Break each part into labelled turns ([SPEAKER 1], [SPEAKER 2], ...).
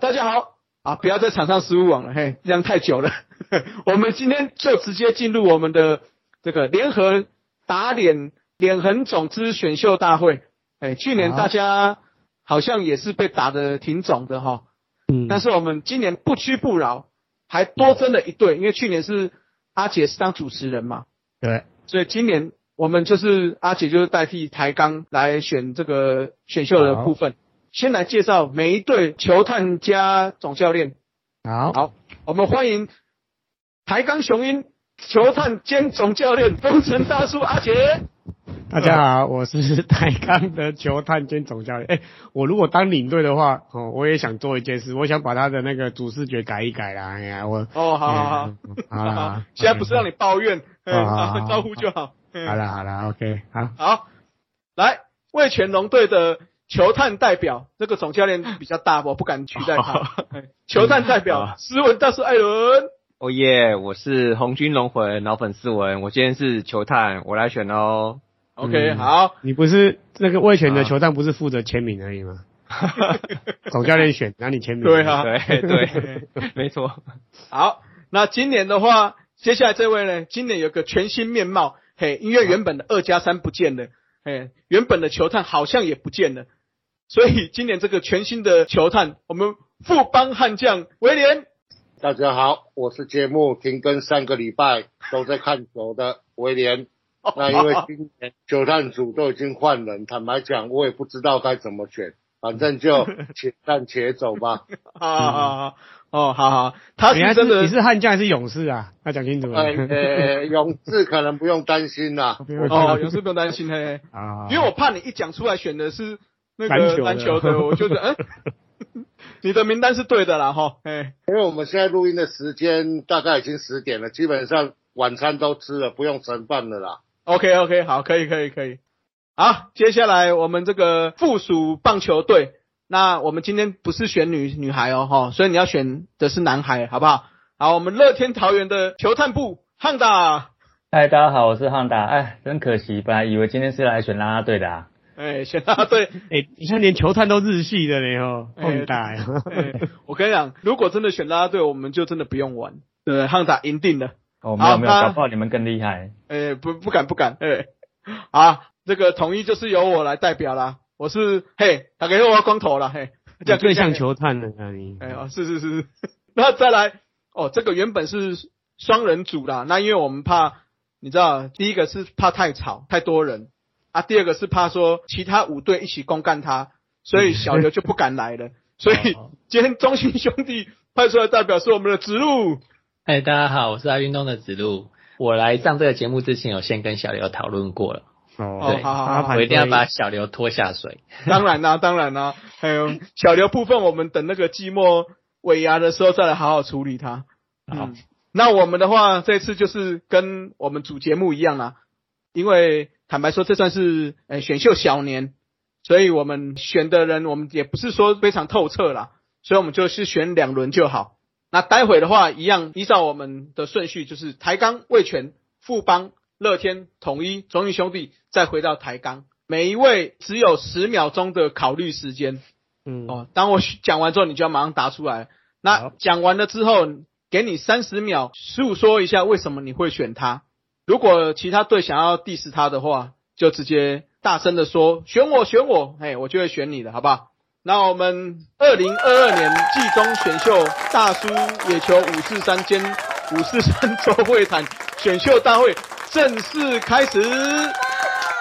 [SPEAKER 1] 大家好啊！不要在场上失误网了，嘿，这样太久了。 我们今天就直接进入我们的这个联合打脸脸痕总之选秀大会。哎，去年
[SPEAKER 2] 好
[SPEAKER 1] 大家好像也是被打的挺肿的哈，
[SPEAKER 2] 嗯，
[SPEAKER 1] 但是我们今年不屈不挠，还多增了一队，因为去年是阿杰是当主持人嘛，
[SPEAKER 2] 对，
[SPEAKER 1] 所以今年我们就是阿姐就是代替台钢来选这个选秀的部分。先来介绍每一队球探加总教练。
[SPEAKER 2] 好，
[SPEAKER 1] 好，我们欢迎台钢雄鹰球探兼总教练风城大叔阿杰。
[SPEAKER 2] 大家好，我是台钢的球探兼总教练。哎、我如果当领队的话，哦，我也想做一件事，我想把他的那个主视觉改一改啦。哎呀，我
[SPEAKER 1] 哦，好好好，
[SPEAKER 2] 好啦好啦
[SPEAKER 1] 现在不是让你抱怨，
[SPEAKER 2] 好
[SPEAKER 1] 嗯，
[SPEAKER 2] 好
[SPEAKER 1] 打
[SPEAKER 2] 好
[SPEAKER 1] 声招呼就好。嗯
[SPEAKER 2] 好了好了，OK，好，
[SPEAKER 1] 好，来魏全龙队的球探代表，这个总教练比较大，我不敢取代他。嗯球探代表斯文大叔艾伦。
[SPEAKER 3] 哦耶！我是红军龙魂老粉斯文，我今天是球探，我来选哦喽。
[SPEAKER 1] OK，
[SPEAKER 2] 嗯
[SPEAKER 1] 好，
[SPEAKER 2] 你不是那个卫权的
[SPEAKER 3] 啊
[SPEAKER 2] 球探，不是负责签名而已 吗？总教练选，那你签名。
[SPEAKER 1] 对啊
[SPEAKER 3] 对 对，没错。
[SPEAKER 1] 好，那今年的话，接下来这位呢，今年有个全新面貌，嘿，因为原本的二加三不见了，嘿，原本的球探好像也不见了，所以今年这个全新的球探，我们富邦悍将威廉，
[SPEAKER 4] 大家好，我是节目停更三个礼拜都在看球的威廉。
[SPEAKER 1] 哦
[SPEAKER 4] 那 因为
[SPEAKER 1] 啊
[SPEAKER 4] 今年球探组都已经换人，坦白讲，我也不知道该怎么选，反正就且战且走吧。
[SPEAKER 1] 好好好好，啊哦，好好，他
[SPEAKER 2] 你
[SPEAKER 1] 是
[SPEAKER 2] 还是
[SPEAKER 1] 真的哎
[SPEAKER 2] 你是悍将还是勇士啊？要讲清楚。
[SPEAKER 4] 呃 呃，勇士可能不用担心啦，
[SPEAKER 1] 哦，勇士不用担心嘿，
[SPEAKER 2] 啊，
[SPEAKER 1] 因为我怕你一讲出来选的是那
[SPEAKER 2] 篮
[SPEAKER 1] 个
[SPEAKER 2] 球的
[SPEAKER 1] 篮球的，我就是嗯。 你的名单是对的啦，哈，哎，
[SPEAKER 4] 因为我们现在录音的时间大概已经十点了，基本上晚餐都吃了，不用盛饭了啦。
[SPEAKER 1] OK OK，好，可以可以可以。好，接下来我们这个附属棒球队，那我们今天不是选女女孩哦，哈，所以你要选的是男孩，好不好？好，我们乐天桃园的球探部汉大，
[SPEAKER 5] 嗨，大家好，我是汉达。哎，真可惜，本来以为今天是来选啦啦队的啊。
[SPEAKER 1] 哎，选他对，
[SPEAKER 2] 哎，你看连球探都日系的嘞哦，
[SPEAKER 1] 哎
[SPEAKER 2] 混大呀。
[SPEAKER 1] 哎，我跟你讲，如果真的选啦啦队，我们就真的不用玩，对，汉达赢定了，
[SPEAKER 5] 哦，没有没有，
[SPEAKER 1] 那
[SPEAKER 5] 搞不好你们更厉害。
[SPEAKER 1] 哎，不不敢不敢，哎，好，这个统一就是由我来代表啦，我是嘿，大概我要光头了，嘿，
[SPEAKER 2] 你最像
[SPEAKER 1] 球。
[SPEAKER 2] 球探了啊你。
[SPEAKER 1] 哎呀，是是是， 那再来哦，这个原本是双人组啦，那因为我们怕，你知道，第一个是怕太吵太多人啊，第二个是怕说其他五队一起公干他，所以小刘就不敢来了，所以今天中信兄弟派出来代表是我们的子路，
[SPEAKER 6] 嗨，大家好，我是爱运动的子路。我来上这个节目之前，有先跟小刘讨论过了，
[SPEAKER 2] 哦
[SPEAKER 6] 对
[SPEAKER 1] 好好好
[SPEAKER 2] 阿
[SPEAKER 1] 好
[SPEAKER 2] 盘
[SPEAKER 6] 我一定要
[SPEAKER 2] 对
[SPEAKER 6] 把小刘拖下水。
[SPEAKER 1] 当然啦、当然啦、还有小刘部分，我们等那个季末尾牙的时候再来好好处理他。
[SPEAKER 6] 好，
[SPEAKER 1] 那我们的话，这次就是跟我们主节目一样啦，因为坦白说，这算是呃选秀小年，所以我们选的人我们也不是说非常透彻啦，所以我们就是选两轮就好。那待会的话，一样依照我们的顺序，就是台钢、味全、富邦、乐天、统一、中信兄弟，再回到台钢。每一位只有十秒钟的考虑时间
[SPEAKER 2] 嗯
[SPEAKER 1] 哦。当我讲完之后，你就要马上答出来。那
[SPEAKER 2] 好
[SPEAKER 1] 讲完了之后，给你三十秒诉说一下为什么你会选他。如果其他队想要 diss 他的话，就直接大声的说选我选我，哎，我就会选你的，好不好？那我们二零二二年季中选秀大叔野球五四三兼五四三周会谈选秀大会正式开始。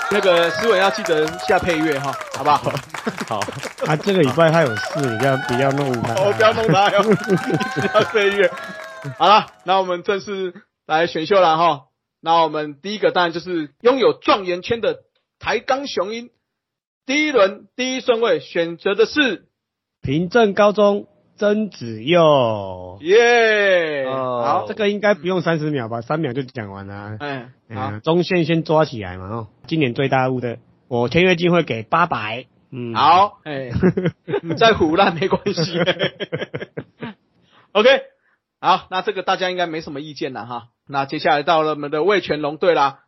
[SPEAKER 1] 那个思文要记得下配乐哈，好不好？
[SPEAKER 5] 好，
[SPEAKER 2] 啊，这个礼拜他有事，你不要不要弄他。
[SPEAKER 1] 哦，不要弄他哟，一直要飞跃。好了，那我们正式来选秀了哈。那我们第一个当然就是拥有状元签的台钢雄鹰，第一轮第一顺位选择的是
[SPEAKER 2] 平镇高中曾子
[SPEAKER 1] 哦
[SPEAKER 2] 佑，
[SPEAKER 1] 耶、
[SPEAKER 3] 哦
[SPEAKER 2] 这个应该不用三十秒吧，三秒就讲完了。
[SPEAKER 1] 好，哎，好，
[SPEAKER 2] 嗯，中线先抓起来嘛哦，今年最大物的，我签约金会给八百。嗯，，
[SPEAKER 1] 好，哎，你再胡乱没关系。OK，好，那这个大家应该没什么意见了哈。那接下来到 了我们的魏全龙队啦，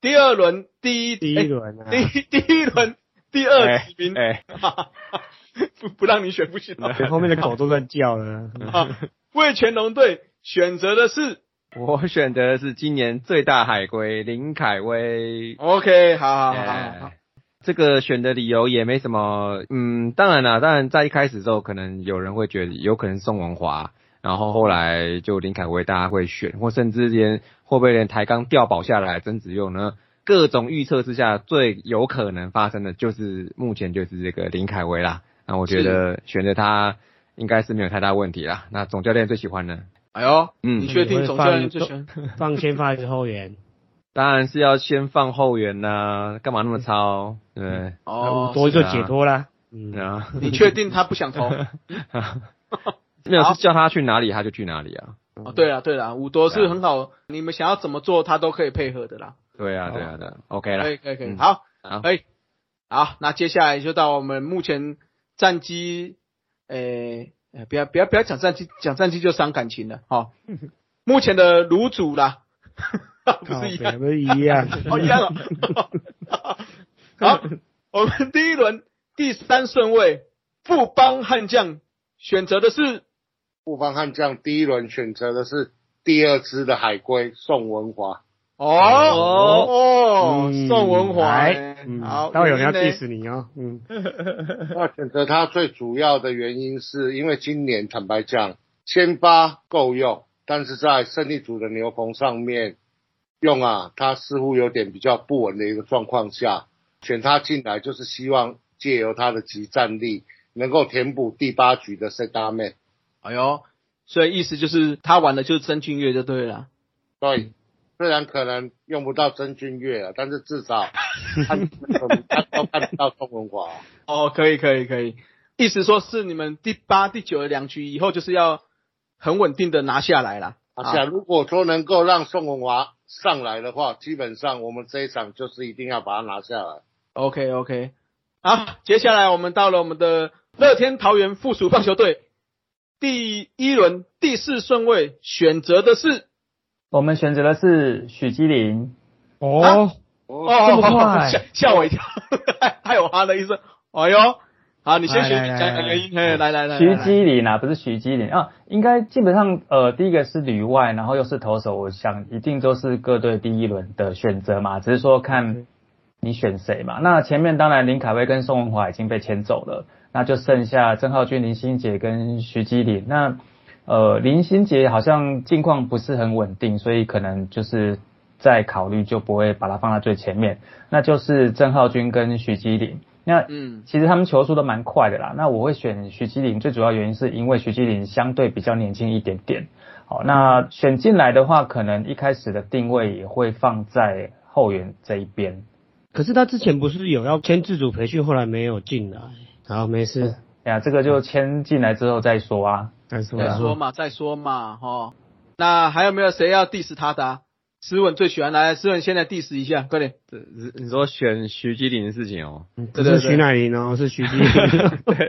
[SPEAKER 1] 第二轮第一 哎
[SPEAKER 2] 第一轮啊，
[SPEAKER 1] 第一第一轮第二集名，
[SPEAKER 3] 哎，
[SPEAKER 1] 不不让你选不行哦。
[SPEAKER 2] 对哎后面的 狗都在叫了。
[SPEAKER 1] 啊，为乾隆队选择的是
[SPEAKER 3] 我选择的是今年最大海龟林凯威。
[SPEAKER 1] OK，好好好好好
[SPEAKER 3] 哎，这个选的理由也没什么，嗯，当然啦，当然在一开始的时候，可能有人会觉得有可能宋文华，然后后来就林凯威大家会选，或甚至连会不会连台钢掉保下来曾子佑呢？各种预测之下，最有可能发生的就是目前就是这个林凯威啦。那我觉得选择他应该是没有太大问题啦。那总教练最喜欢呢，
[SPEAKER 1] 哎呦，
[SPEAKER 3] 嗯
[SPEAKER 1] 你确定总教练最选？
[SPEAKER 2] 放先发还是后援？
[SPEAKER 3] 当然是要先放后援啦，干嘛那么糙？对啊不对，
[SPEAKER 2] 那
[SPEAKER 1] 哦
[SPEAKER 2] 五，多
[SPEAKER 3] 是
[SPEAKER 2] 就
[SPEAKER 3] 啊
[SPEAKER 2] 解脱啦。嗯，
[SPEAKER 3] 然后。
[SPEAKER 1] 你确定他不想 投？
[SPEAKER 3] 没有，是叫他去哪里他就去哪里啊。
[SPEAKER 1] 哦，对了对了，五多是很好，你们想要怎么做，他都可以配合的啦。
[SPEAKER 3] 对啊，对啊，对啊，OK
[SPEAKER 1] 可以
[SPEAKER 3] 了。
[SPEAKER 1] 可以可以，
[SPEAKER 3] 嗯
[SPEAKER 1] 好，
[SPEAKER 3] 好
[SPEAKER 1] 可以，好，那接下来就到我们目前战绩，诶、呃不要不要不要讲战绩，讲战绩就伤感情了，好、 目前的卤煮啦，不
[SPEAKER 2] 靠
[SPEAKER 1] 是一
[SPEAKER 2] 北
[SPEAKER 1] 样，。
[SPEAKER 2] 不是一样
[SPEAKER 1] 哦一样哦，好，我们第一轮第三顺位富邦悍将选择的是
[SPEAKER 4] 布方悍将第一轮选择的是第二支的海龟宋文华，
[SPEAKER 1] 哦哦
[SPEAKER 2] 嗯
[SPEAKER 1] 宋文华、
[SPEAKER 2] 来
[SPEAKER 1] 哎
[SPEAKER 2] 嗯
[SPEAKER 1] 好，
[SPEAKER 2] 待会有人要
[SPEAKER 1] 原因呢
[SPEAKER 2] diss 你哦。嗯，
[SPEAKER 4] 那选择他最主要的原因是因为今年坦白讲，先发够用，但是在胜利组的牛棚上面用啊，他似乎有点比较不稳的一个状况下，选他进来就是希望借由他的集战力，能够填补第八局的 set 大妹。
[SPEAKER 1] 哎呦，所以意思就是他玩的就是真君乐就对了啦。
[SPEAKER 4] 对，虽然可能用不到真君乐了，啊但是至少看他都看得到宋文华。
[SPEAKER 1] 哦，可以可以可以，意思说是你们第八、第九的两局以后就是要很稳定的拿下来啦。
[SPEAKER 4] 而且、啊如果说能够让宋文华上来的话，基本上我们这一场就是一定要把它拿下来。
[SPEAKER 1] OK OK，好，接下来我们到了我们的乐天桃园附属棒球队第一轮第四顺位选择的是
[SPEAKER 5] 我们选择的是许基林，
[SPEAKER 2] 哦，
[SPEAKER 1] 哦
[SPEAKER 5] 这么快
[SPEAKER 1] 吓吓我一跳，还有哈的一声，哎呦，好，你先选你
[SPEAKER 2] 来来来
[SPEAKER 1] 讲
[SPEAKER 2] 来
[SPEAKER 1] 原因，嘿，来来来，
[SPEAKER 5] 徐
[SPEAKER 1] 来
[SPEAKER 5] 基林啊，不是徐基林啊，应该基本上呃，第一个是旅外，然后又是投手，我想一定都是各队第一轮的选择嘛，只是说看你选谁嘛。那前面当然林凯威跟宋文华已经被签走了，那就剩下郑浩君、林心杰跟徐基林。那呃，林心杰好像近况不是很稳定，所以可能就是再考虑就不会把它放在最前面。那就是郑浩君跟徐基林。那
[SPEAKER 1] 嗯
[SPEAKER 5] 其实他们球速都蛮快的啦。那我会选徐基林，最主要原因是因为徐基林相对比较年轻一点点。好，那选进来的话，可能一开始的定位也会放在后援这一边。
[SPEAKER 2] 可是他之前不是有要签自主培训，后来没有进来。好，没事，
[SPEAKER 5] 哎呀，这个就签进来之后再说啊。
[SPEAKER 2] 再说
[SPEAKER 1] 再
[SPEAKER 2] 啦
[SPEAKER 1] 说嘛，再说嘛，哈。那还有没有谁要 diss 他的、啊？思文最喜欢来，思文现在 diss 一下， 快点。
[SPEAKER 3] 这你你说选徐基林的事情哦，
[SPEAKER 2] 嗯不
[SPEAKER 1] 对对
[SPEAKER 2] 是
[SPEAKER 1] 对
[SPEAKER 2] 徐乃麟哦，是 徐基林。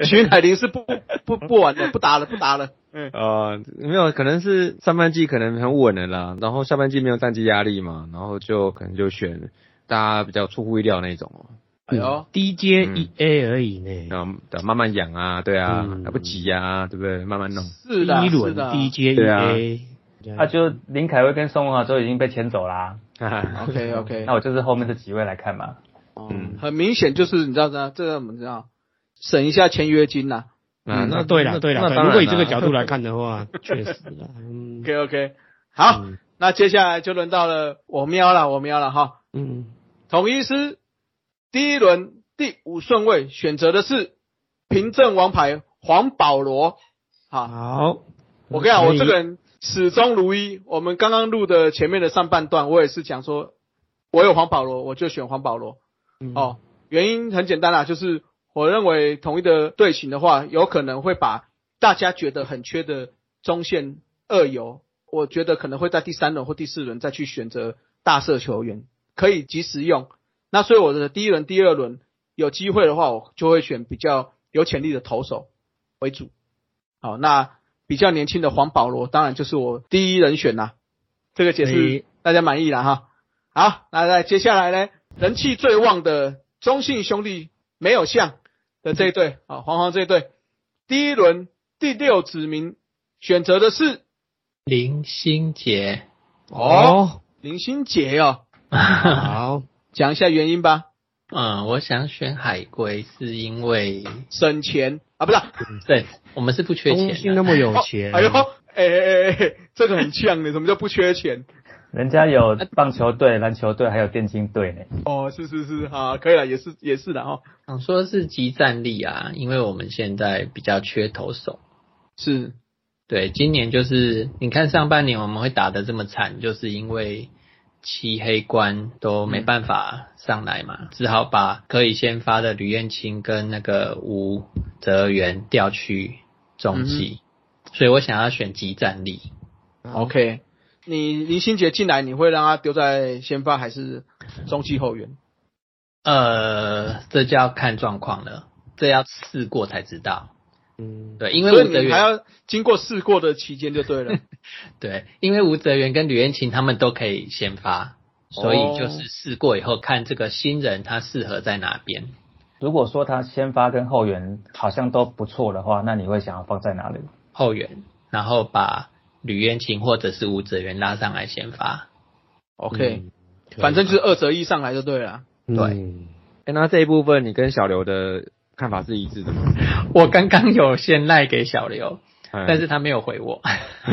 [SPEAKER 1] 徐乃麟是不不不玩了，不打了，不打了。
[SPEAKER 3] 呃，没有，可能是上半季可能很稳了啦，然后下半季没有战绩压力嘛，然后就可能就选大家比较出乎意料那种哦，
[SPEAKER 1] 哎呦，哦
[SPEAKER 2] DJ
[SPEAKER 3] 嗯
[SPEAKER 2] 一 E A 而已呢，
[SPEAKER 3] 然后等慢慢养啊，对啊，
[SPEAKER 2] 嗯
[SPEAKER 3] 来不及啊，对不对？慢慢弄，
[SPEAKER 1] 是的，
[SPEAKER 2] 第一
[SPEAKER 1] 是
[SPEAKER 2] 轮
[SPEAKER 1] 的。
[SPEAKER 2] DJ
[SPEAKER 3] 对啊
[SPEAKER 2] 一 A，
[SPEAKER 5] 啊，就林凯威跟宋文华都已经被签走啦、
[SPEAKER 3] 哈哈，
[SPEAKER 1] OK OK，
[SPEAKER 2] 嗯
[SPEAKER 5] 那我就是后面这几位来看嘛。
[SPEAKER 1] 嗯，很明显就是你知道的，这个我们知道，省一下签约金呐。
[SPEAKER 3] 啊，
[SPEAKER 2] 嗯
[SPEAKER 5] 嗯
[SPEAKER 1] 嗯
[SPEAKER 2] 那
[SPEAKER 3] 那
[SPEAKER 2] 对了对
[SPEAKER 3] 那
[SPEAKER 2] 了，
[SPEAKER 3] 当然
[SPEAKER 2] 如果以这个
[SPEAKER 3] 啦
[SPEAKER 2] 角度来看 的话，确实啦，嗯
[SPEAKER 1] OK OK，好，那接下来就轮到了我喵了，我喵了哈。
[SPEAKER 2] 嗯，
[SPEAKER 1] 统一师第一轮第五顺位选择的是凭证王牌黄保罗，好，
[SPEAKER 2] 好，
[SPEAKER 1] 我跟你讲，我
[SPEAKER 2] 嗯所以
[SPEAKER 1] 这个人始终如一。我们刚刚录的前面的上半段，我也是讲说，我有黄保罗，我就选黄保罗。
[SPEAKER 2] 嗯
[SPEAKER 1] 哦，原因很简单啦、就是我认为统一的队形的话，有可能会把大家觉得很缺的中线二游，我觉得可能会在第三轮或第四轮再去选择大射球员，可以及时用。那所以我的第一轮、第二轮有机会的话，我就会选比较有潜力的投手为主。好，那比较年轻的黄保罗，当然就是我第一人选啦。这个解释
[SPEAKER 2] 诶
[SPEAKER 1] 大家满意了哈。好，那来接下来呢，人气最旺的中信兄弟没有像的这一队啊，黄黄这一队，第一轮第六指名选择的是
[SPEAKER 6] 林心杰，
[SPEAKER 1] 哦林心杰哦，
[SPEAKER 2] 好，
[SPEAKER 1] 讲一下原因吧，
[SPEAKER 6] 嗯，我想选海龟是因为
[SPEAKER 1] 省钱啊，不是啊、
[SPEAKER 6] 对，我们是不缺
[SPEAKER 2] 中
[SPEAKER 6] 钱
[SPEAKER 2] 信
[SPEAKER 6] 的
[SPEAKER 2] 那。么有
[SPEAKER 1] 哦
[SPEAKER 2] 钱，嗯
[SPEAKER 1] 哎呦，哎哎哎，这个很呛的，怎么叫不缺钱？
[SPEAKER 5] 人家有棒球队、篮球队，还有电竞队呢。
[SPEAKER 1] 哦，是是是，好，可以了，也是也是哦的哈，
[SPEAKER 6] 想说是集战力啊，因为我们现在比较缺投手。
[SPEAKER 1] 是
[SPEAKER 6] 对，今年就是你看上半年我们会打得这么惨，就是因为七黑官都
[SPEAKER 1] 嗯
[SPEAKER 6] 没办法上来嘛，只好把可以先发的吕彦青跟那个吴泽源调
[SPEAKER 1] 嗯
[SPEAKER 6] 去中继，所以我想要选集战力。
[SPEAKER 1] OK。你林心杰进来，你会让他丢在先发还是中继后援？
[SPEAKER 6] 呃，这就要看状况了，这要试过才知道。
[SPEAKER 2] 嗯，
[SPEAKER 6] 对，因为
[SPEAKER 1] 所以
[SPEAKER 6] 吴泽
[SPEAKER 1] 你还
[SPEAKER 6] 源
[SPEAKER 1] 要经过试过的期间就对 了。
[SPEAKER 6] 对，因为吴泽源跟吕彦琴他们都可以先发，所以就是试过以后看这个新人他适合在哪边。
[SPEAKER 5] 如果说他先发跟后援好像都不错的话，那你会想要放在哪里？
[SPEAKER 6] 后援，然后把吕彦琴或者是吴哲源拉上来先发。
[SPEAKER 1] OK，、
[SPEAKER 2] 嗯
[SPEAKER 1] 反正就是二择一上来就对了。
[SPEAKER 2] 对，
[SPEAKER 3] 哎，那这一部分你跟小刘的看法是一致的吗？
[SPEAKER 6] 我刚刚有先赖给小刘，
[SPEAKER 3] 嗯
[SPEAKER 6] 但是他没有回我。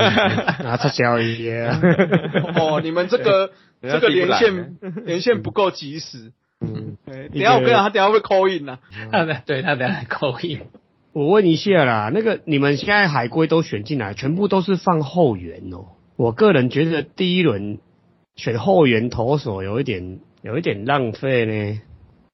[SPEAKER 2] 拿出小一些，
[SPEAKER 1] 哦，你们这个
[SPEAKER 3] 人
[SPEAKER 1] 这个
[SPEAKER 3] 家进不
[SPEAKER 1] 连
[SPEAKER 3] 来
[SPEAKER 1] 线 连线不够及时。
[SPEAKER 2] 嗯，
[SPEAKER 1] 哎等一下我跟你讲，他等一下会扣啊印呐。
[SPEAKER 6] 他的对他等下来扣一，
[SPEAKER 2] 我问一下啦，那个你们现在海龟都选进来，全部都是放后援哦。我个人觉得第一轮选后援投手有一点有一点浪费呢，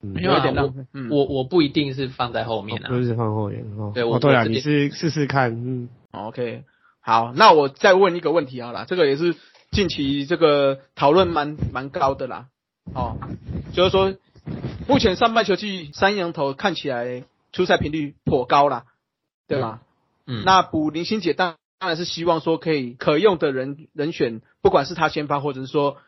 [SPEAKER 6] 没
[SPEAKER 1] 有
[SPEAKER 6] 有啊
[SPEAKER 1] 点浪
[SPEAKER 6] 我
[SPEAKER 1] 费嗯
[SPEAKER 6] 我我不一定是放在后面啊
[SPEAKER 2] 哦。不是放后援哦。
[SPEAKER 6] 对我
[SPEAKER 2] 哦对
[SPEAKER 6] 我
[SPEAKER 2] 了，
[SPEAKER 6] 这
[SPEAKER 2] 你
[SPEAKER 6] 边
[SPEAKER 2] 是试试看，嗯，
[SPEAKER 1] 哦 OK，好，那我再问一个问题好了，这个也是近期这个讨论蛮蛮高的啦。哦，就是说，目前上半球季三羊头看起来出赛频率颇高啦，对吧？
[SPEAKER 6] 嗯，
[SPEAKER 1] 那补林心姐当当然是希望说可以可用的人人选，不管是他先发，或者是说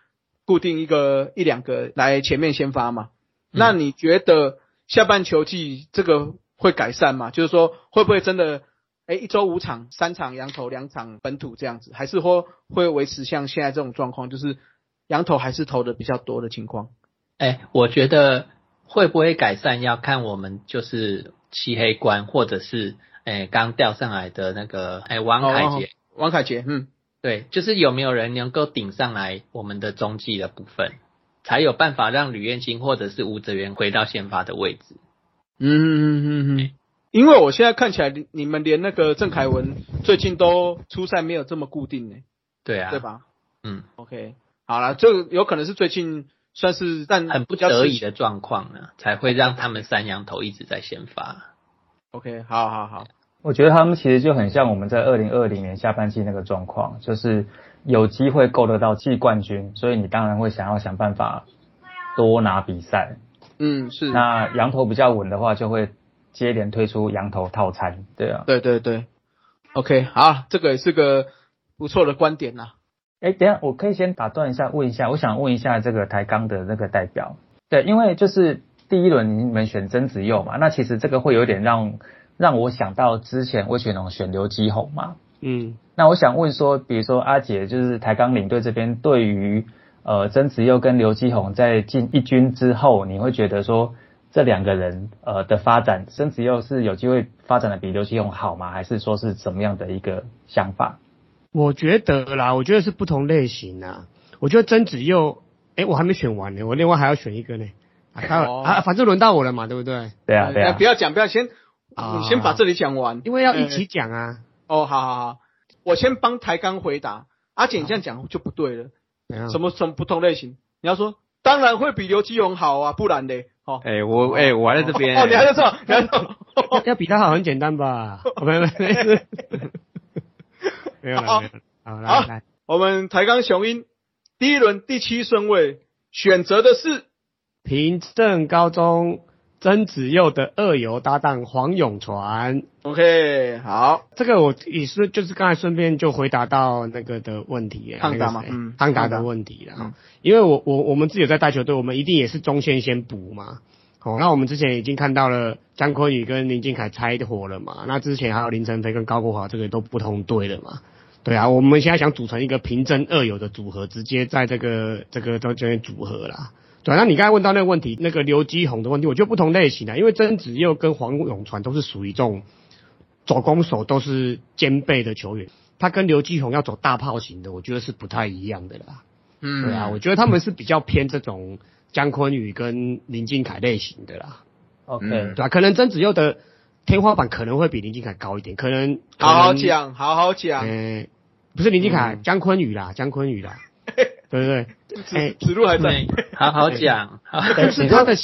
[SPEAKER 1] 固定一个一两个来前面先发嘛。
[SPEAKER 6] 嗯
[SPEAKER 1] 那你觉得下半球季这个会改善吗？就是说会不会真的，哎，一周五场，三场羊头，两场本土这样子，还是说会维持像现在这种状况，就是羊头还是投的比较多的情况？
[SPEAKER 6] 哎，我觉得会不会改善要看我们就是漆黑官，或者是哎刚调上来的那个哎王凯
[SPEAKER 1] 哦
[SPEAKER 6] 杰，
[SPEAKER 1] 王凯杰，嗯，
[SPEAKER 6] 对，就是有没有人能够顶上来我们的中继的部分，才有办法让吕彦青或者是吴哲源回到先发的位置。
[SPEAKER 1] 嗯嗯嗯嗯嗯，因为我现在看起来，你你们连那个郑凯文最近都出赛没有这么固定呢、
[SPEAKER 6] 对啊，
[SPEAKER 1] 对？吧
[SPEAKER 6] 嗯，
[SPEAKER 1] ？OK，好了，这个有可能是最近算是但
[SPEAKER 6] 很不
[SPEAKER 1] 比较
[SPEAKER 6] 得已
[SPEAKER 1] 刺激。
[SPEAKER 6] 的状况呢，才会让他们三羊头一直在先发。
[SPEAKER 1] OK，好好好，
[SPEAKER 5] 我觉得他们其实就很像我们在二零二零年下半季那个状况，就是有机会够得到季冠军，所以你当然会想要想办法多拿比赛。
[SPEAKER 1] 嗯，是，
[SPEAKER 5] 那羊头比较稳的话，就会接连推出羊头套餐，对啊。
[SPEAKER 1] 对对对，OK，好，这个也是个不错的观点啦。
[SPEAKER 5] 哎，等一下，我可以先打断一下，问一下，我想问一下这个台钢的那个代表，对，因为就是第一轮你们选曾子佑嘛，那其实这个会有点让让我想到之前魏全龙选刘基宏嘛，
[SPEAKER 2] 嗯，
[SPEAKER 5] 那我想问说，比如说阿姐，就是台钢领队这边对于呃曾子佑跟刘基宏在进一军之后，你会觉得说这两个人呃的发展，曾子佑是有机会发展的比刘基宏好吗？还是说是怎么样的一个想法？
[SPEAKER 2] 我觉得啦，我觉得是不同类型啊。我觉得曾子佑，哎，我还没选完呢，我另外还要选一个呢。啊，他
[SPEAKER 1] 哦
[SPEAKER 2] 啊，反正轮到我了嘛，对不对？
[SPEAKER 5] 对啊，对
[SPEAKER 1] 哎
[SPEAKER 5] 啊
[SPEAKER 1] 不。要讲，不要先，
[SPEAKER 2] 啊
[SPEAKER 1] 你先把这里讲完。哎
[SPEAKER 2] 因为要一起讲啊。
[SPEAKER 1] 哦，好好好，我先帮台刚回答。阿简这样讲就不对了。
[SPEAKER 2] 怎样
[SPEAKER 1] 嗯什么什么不同类型？你要说当然会比刘基勇好啊，不然嘞，哦，
[SPEAKER 3] 哎，我哎，我还在这边。
[SPEAKER 1] 哦，你还在这，你还在这，
[SPEAKER 2] 要要比他好很简单 吧？ 没有没有没有，没有
[SPEAKER 1] 好
[SPEAKER 2] 了没有了。好
[SPEAKER 1] 好
[SPEAKER 2] 来来，
[SPEAKER 1] 我们台钢雄鹰第一轮第七顺位选择的是
[SPEAKER 2] 平镇高中曾子佑的二游搭档黄永传，
[SPEAKER 1] OK，好，
[SPEAKER 2] 这个我也是，就是刚才顺便就回答到那个的问题，
[SPEAKER 1] 胖达
[SPEAKER 2] 那
[SPEAKER 1] 嘛
[SPEAKER 2] 个谁
[SPEAKER 1] 嗯
[SPEAKER 2] 胖达
[SPEAKER 1] 胖达
[SPEAKER 2] 的问题了、
[SPEAKER 1] 嗯
[SPEAKER 2] 因为我我我们自己有在带球队，我们一定也是中线先补嘛，哦，那我们之前已经看到了张坤宇跟林敬凯拆伙了嘛，那之前还有林晨飞跟高国华这个都不同队了嘛。对啊，我们现在想组成一个平真二友的组合，直接在这个这个中间组合啦。对、啊，那你刚才问到那个问题，那个刘基宏的问题，我觉得不同类型啊，因为曾子佑跟黄永传都是属于这种走攻手，都是兼备的球员，他跟刘基宏要走大炮型的，我觉得是不太一样的啦。
[SPEAKER 6] 嗯，
[SPEAKER 2] 对啊，我觉得他们是比较偏这种姜昆宇跟林敬凯类型的啦。
[SPEAKER 5] OK，、
[SPEAKER 3] 嗯
[SPEAKER 2] 对啊，可能曾子佑的天花板可能会比林敬凯高一点，可能可
[SPEAKER 1] 好好
[SPEAKER 2] 能
[SPEAKER 1] 讲，好好讲，
[SPEAKER 2] 呃，不是林敬凯，姜昆宇啦，姜昆宇啦，对不对？
[SPEAKER 1] 指指路还在
[SPEAKER 6] 对。，好好讲，好
[SPEAKER 2] 这是他的，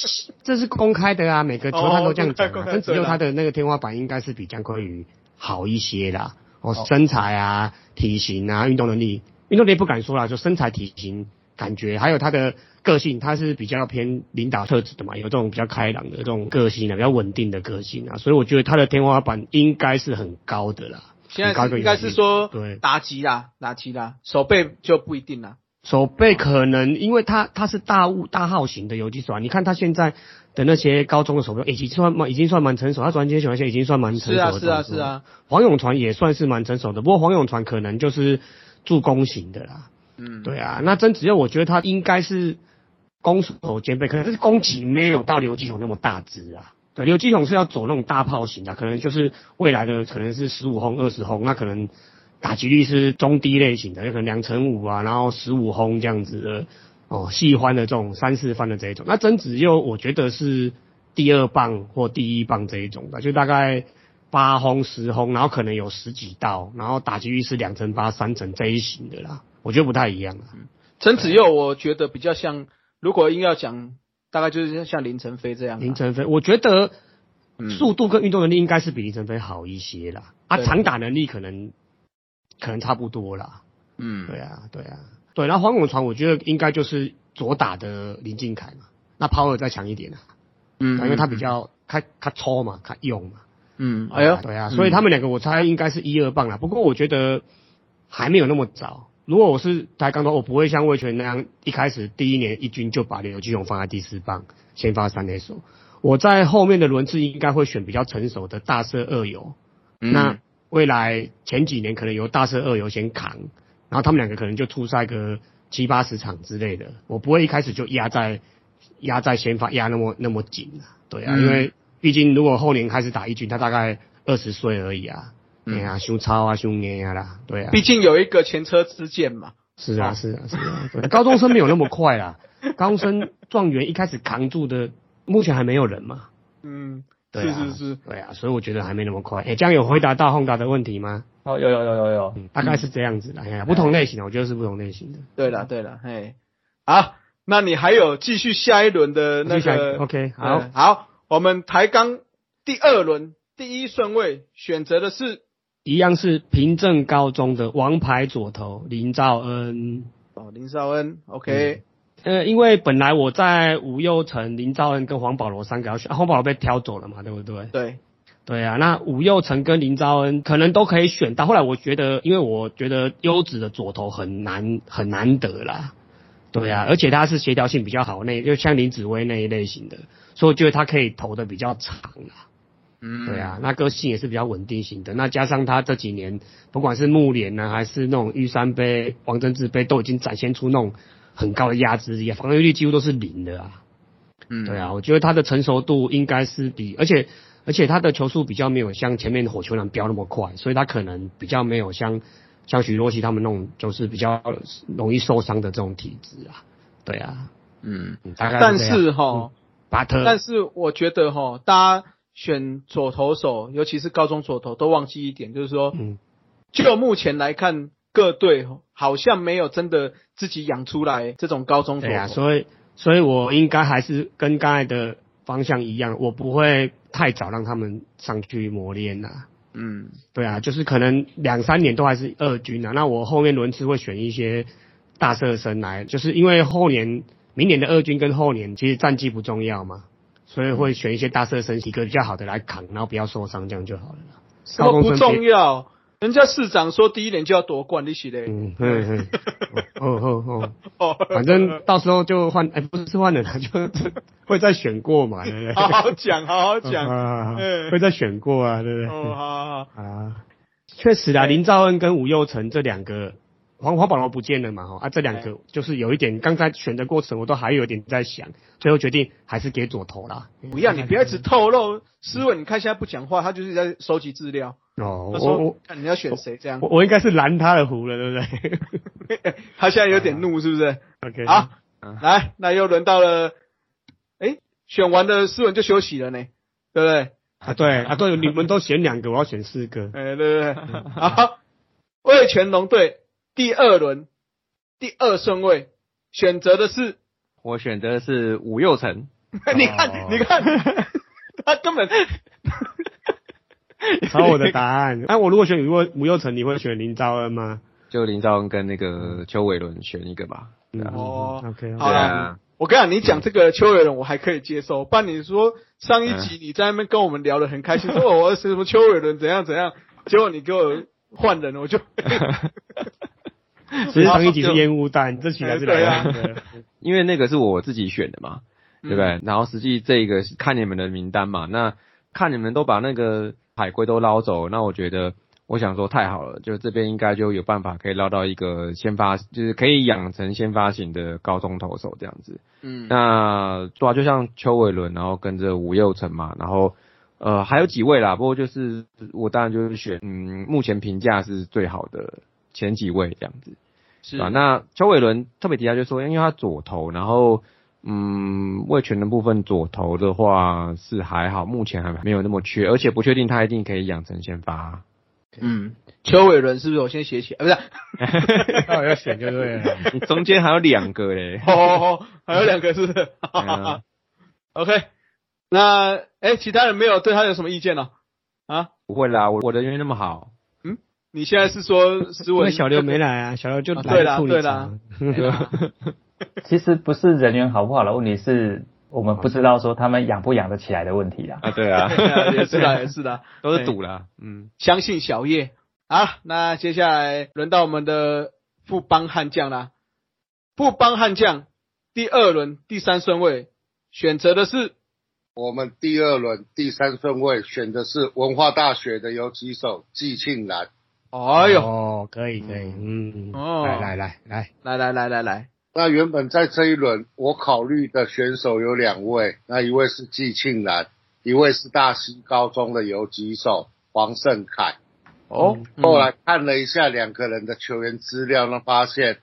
[SPEAKER 2] 这是公开的啊，每个球探都这样讲、
[SPEAKER 1] 哦公
[SPEAKER 2] 啊。
[SPEAKER 1] 开
[SPEAKER 2] 曾子佑
[SPEAKER 1] 对啦
[SPEAKER 2] 他的那个天花板应该是比姜昆宇好一些啦，哦，身材啊、体型啊、运动能力，运动能力不敢说啦，就身材、体型、感觉，还有他的个性，他是比较偏领导特质的嘛，有这种比较开朗的这种个性啊，比较稳定的个性啊，所以我觉得他的天花板应该是很高的啦。
[SPEAKER 1] 现
[SPEAKER 2] 很高
[SPEAKER 1] 在
[SPEAKER 2] 的
[SPEAKER 1] 是应该
[SPEAKER 2] 原
[SPEAKER 1] 是
[SPEAKER 2] 因
[SPEAKER 1] 说
[SPEAKER 2] 对
[SPEAKER 1] 打击啦，打击啦，手背就不一定啦。
[SPEAKER 2] 手背可能因为他他是大物大号型的游击手啊，你看他现在的那些高中的手背已经算蛮已经算蛮成熟，他转接球那些已经算蛮成熟
[SPEAKER 1] 是
[SPEAKER 2] 的
[SPEAKER 1] 啊，
[SPEAKER 2] 投手
[SPEAKER 1] 是
[SPEAKER 2] 了。
[SPEAKER 1] 啊，是啊。
[SPEAKER 2] 黄永传也算是蛮成熟的，不过黄永传可能就是助攻型的啦。
[SPEAKER 1] 嗯，
[SPEAKER 2] 对啊，那曾子佑我觉得他应该是攻守兼备，可能是攻击没有到刘继雄那么大只啊。对，刘继雄是要走那种大炮型的，可能就是未来的可能是十五轰、二十轰，那可能打击率是中低类型的，有可能两成五啊，然后十五轰这样子的哦，细欢的这种三四番的这一种。那曾子佑我觉得是第二棒或第一棒这一种的，就大概八轰、十轰，然后可能有十几道，然后打击率是两成八、三成这一型的啦，我觉得不太一样啊。
[SPEAKER 1] 陈子佑我觉得比较像，如果硬要讲，大概就是像林晨飞这样啦。啊
[SPEAKER 2] 林晨飞，我觉得
[SPEAKER 1] 嗯
[SPEAKER 2] 速度跟运动能力应该是比林晨飞好一些啦，啊，
[SPEAKER 1] 对
[SPEAKER 2] 长打能力可能可能差不多啦。
[SPEAKER 1] 嗯，
[SPEAKER 2] 对啊，对啊，对。然后黄永传，我觉得应该就是左打的林敬凯嘛，那 power 再强一点啊，
[SPEAKER 1] 嗯
[SPEAKER 2] 因为他比较他他抽嘛，他用嘛。
[SPEAKER 1] 嗯，哎呦，
[SPEAKER 2] 对啊，
[SPEAKER 1] 嗯
[SPEAKER 2] 所以他们两个我猜应该是一二棒啦。不过我觉得还没有那么早。如果我是台钢的话，我不会像魏权那样一开始第一年一军就把刘继勇放在第四棒，先发三垒手。我在后面的轮次应该会选比较成熟的大社二游。
[SPEAKER 3] 嗯
[SPEAKER 2] 那未来前几年可能由大社二游先扛，然后他们两个可能就出赛个七八十场之类的。我不会一开始就压在压在先发压那么那么紧啊，对啊，
[SPEAKER 1] 嗯
[SPEAKER 2] 因为毕竟如果后年开始打一军，他大概二十岁而已啊，哎呀、胸超啊，胸年啊啦，对啊，
[SPEAKER 1] 嗯毕竟哦有一个前车之鉴嘛。
[SPEAKER 2] 是啊，是啊，是啊，对，高中生没有那么 快啦，高中生状元一开始扛住的，目前还没有人嘛，
[SPEAKER 1] 嗯，
[SPEAKER 2] 对
[SPEAKER 1] 是
[SPEAKER 2] 啊，
[SPEAKER 1] 是是，
[SPEAKER 2] 对啊，所以我觉得还没那么快。哎、这样有回答到宏达的问题吗？
[SPEAKER 5] 哦，有有有有有，
[SPEAKER 2] 嗯，大概是这样子的，哎
[SPEAKER 1] 嗯
[SPEAKER 2] 呀，不同类型的，我觉得是不同类型的。
[SPEAKER 1] 对了对了，嘿，好，那你还有继续下一轮的那
[SPEAKER 2] 继续下一个
[SPEAKER 1] 个
[SPEAKER 2] ，OK，好
[SPEAKER 1] 嗯好，我们台钢第二轮第一顺位选择的是
[SPEAKER 2] 一样是平镇高中的王牌左投林兆恩。
[SPEAKER 1] 哦林少恩，OK，
[SPEAKER 2] 呃，因为本来我在吴佑成、林兆恩跟黄保罗三个要选，啊、黄保罗被挑走了嘛，对不对？
[SPEAKER 1] 对，
[SPEAKER 2] 对啊，那吴佑成跟林兆恩可能都可以选到。后来我觉得，因为我觉得优质的左投很难很难得啦。对啊，而且他是协调性比较好那，就像林子威那一类型的，所以我觉得他可以投的比较长啦。
[SPEAKER 1] 嗯
[SPEAKER 2] 对，啊，那个性也是比较稳定型的。那加上他这几年，不管是木联呢，还是那种玉山杯、王贞治杯，都已经展现出那种很高的压制力，啊，防御率几乎都是零的啊。
[SPEAKER 1] 嗯
[SPEAKER 2] 对，啊，我觉得他的成熟度应该是比，而且而且他的球速比较没有像前面的火球男飙那么快，所以他可能比较没有像像许若曦他们那种就是比较容易受伤的这种体质啊。对啊，
[SPEAKER 3] 嗯，
[SPEAKER 2] 嗯大概
[SPEAKER 1] 但
[SPEAKER 2] 这样
[SPEAKER 1] 是哈。
[SPEAKER 2] 嗯巴特，
[SPEAKER 1] 但是我觉得哈，大家选左投手，尤其是高中左投，都忘记一点，就是说，
[SPEAKER 2] 嗯
[SPEAKER 1] 就目前来看，各队齁好像没有真的自己养出来这种高中左
[SPEAKER 2] 对啊，
[SPEAKER 1] 投。
[SPEAKER 2] 所以所以我应该还是跟刚才的方向一样，我不会太早让他们上去磨练呐、啊
[SPEAKER 1] 嗯，
[SPEAKER 2] 对啊，就是可能两三年都还是二军啊。那我后面轮次会选一些大社生来，就是因为后年明年的二军跟后年其实战绩不重要嘛，所以会选一些大社生一个比较好的来扛，然后不要受伤，这样就好了啦。
[SPEAKER 1] 什
[SPEAKER 2] 高
[SPEAKER 1] 么
[SPEAKER 2] 中
[SPEAKER 1] 不
[SPEAKER 2] 生
[SPEAKER 1] 重
[SPEAKER 2] 别
[SPEAKER 1] 要？人家市长说第一年就要夺冠，你是嘞？
[SPEAKER 2] 嗯嗯嗯，哦哦哦，
[SPEAKER 1] 哦，
[SPEAKER 2] 反正到时候就换，哎、不是换了啦，就会再选过嘛，对不对？
[SPEAKER 1] 好好讲，好好
[SPEAKER 2] 啊
[SPEAKER 1] 讲。
[SPEAKER 2] 啊啊
[SPEAKER 1] 嗯
[SPEAKER 2] 会再选过啊，对不对？
[SPEAKER 1] 哦，好好好，
[SPEAKER 2] 啊，确实啊，林兆恩跟吴佑成这两个，黄黄保罗不见了嘛，哈啊，这两个就是有一点，刚才选的过程我都还有点在想，最后决定还是给左投啦。
[SPEAKER 1] 不要你不要一直透露。思文，你看现在不讲话，他就是在收集资料。
[SPEAKER 2] 哦，
[SPEAKER 1] 他
[SPEAKER 2] 我我
[SPEAKER 1] 说看你要选谁这样
[SPEAKER 2] 我，我应该是拦他的胡了，对不对
[SPEAKER 1] 他现在有点怒，是不是？
[SPEAKER 2] ？OK，
[SPEAKER 1] 好，
[SPEAKER 3] 嗯
[SPEAKER 1] 来，那又轮到了，哎，选完的思文就休息了呢，对不对？
[SPEAKER 2] 啊，对啊，对，你们都选两个，我要选四个。
[SPEAKER 1] 哎，对对对，好，魏全龙队第二轮第二顺位选择的是，
[SPEAKER 3] 我选择的是吴佑成，
[SPEAKER 1] 你看，你看，他根本
[SPEAKER 2] 抄我的答案。那、啊、我如果选吴佑吴佑成，你会选林兆恩吗？
[SPEAKER 3] 就林兆恩跟那个邱伟伦选一个吧。对啊
[SPEAKER 1] 哦
[SPEAKER 2] ，OK，
[SPEAKER 1] 好
[SPEAKER 3] 对
[SPEAKER 1] 啦
[SPEAKER 3] 啊，
[SPEAKER 1] 我跟你讲，你讲这个邱伟伦我还可以接受，不然你说上一集你在那边跟我们聊得很开心，说哦我是什么邱伟伦怎样怎样，结果你给我换人，我就啊
[SPEAKER 2] 其实上一集是烟雾弹，这期还是
[SPEAKER 1] 对啊
[SPEAKER 2] 两个。
[SPEAKER 3] 因为那个是我自己选的嘛，对不对？然后实际这个是看你们的名单嘛，那看你们都把那个海龟都捞走，那我觉得我想说太好了，就这边应该就有办法可以捞到一个先发，就是可以养成先发型的高中投手这样子。
[SPEAKER 1] 嗯
[SPEAKER 3] 那对啊，就像邱伟伦，然后跟着吴佑成嘛，然后呃还有几位啦，不过就是我当然就是选嗯，目前评价是最好的前几位这样子。
[SPEAKER 1] 是
[SPEAKER 3] 啊，那邱伟伦特别提到，就是说，因为他左投，然后嗯，魏权的部分左投的话是还好，目前还没有那么缺，而且不确定他一定可以养成先发。
[SPEAKER 1] 嗯，邱伟伦是不是我先写起来？啊不是啊，，
[SPEAKER 2] 那我要选就对了。
[SPEAKER 3] 你 中间还有两个嘞
[SPEAKER 1] 哦哦哦，还有两个是不是
[SPEAKER 3] 对啊
[SPEAKER 1] ？OK，那哎、其他人没有对他有什么意见呢、啊，
[SPEAKER 3] 不会啦，我我人缘那么好，
[SPEAKER 1] 你现在是说斯
[SPEAKER 2] 因
[SPEAKER 1] 文
[SPEAKER 2] 为小刘 没来啊，小刘就
[SPEAKER 1] 啊
[SPEAKER 2] 来
[SPEAKER 1] 对啦
[SPEAKER 2] 处理
[SPEAKER 1] 对啦
[SPEAKER 2] 场。
[SPEAKER 5] 其实不是人缘好不好的问题，是我们不知道说他们养不养得起来的问题啦。
[SPEAKER 3] 啊，对啊
[SPEAKER 1] 哎也是的，也是的，
[SPEAKER 3] 都是赌啦，嗯，
[SPEAKER 1] 相信小叶。好，那接下来轮到我们的富邦悍将啦。富邦悍将第二轮第三顺位选择的是
[SPEAKER 4] 我们第二轮第三顺位选的是文化大学的游击手季庆然。
[SPEAKER 1] 哎呦，
[SPEAKER 2] 哦，可以可以，嗯，
[SPEAKER 1] 哦
[SPEAKER 2] 来来来来，
[SPEAKER 1] 来来来来来，
[SPEAKER 4] 那原本在这一轮我考虑的选手有两位，那一位是季庆然，一位是大溪高中的游击手黄胜凯。
[SPEAKER 1] 哦，
[SPEAKER 4] 后来看了一下两个人的球员资料呢，发现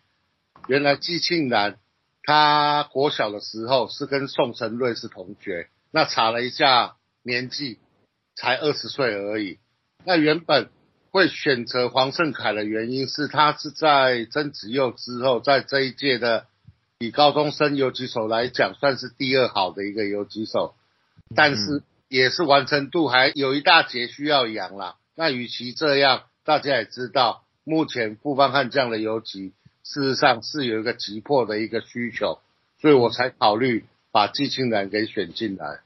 [SPEAKER 4] 原来季庆然他国小的时候是跟宋承瑞是同学，那查了一下年纪才二十岁而已。那原本会选择黄胜凯的原因是他是在曾子佑之后，在这一届的以高中生游击手来讲，算是第二好的一个游击手，但是也是完成度还有一大截需要养啦。那与其这样，大家也知道，目前富邦悍将的游击事实上是有一个急迫的一个需求，所以我才考虑把季庆然给选进来。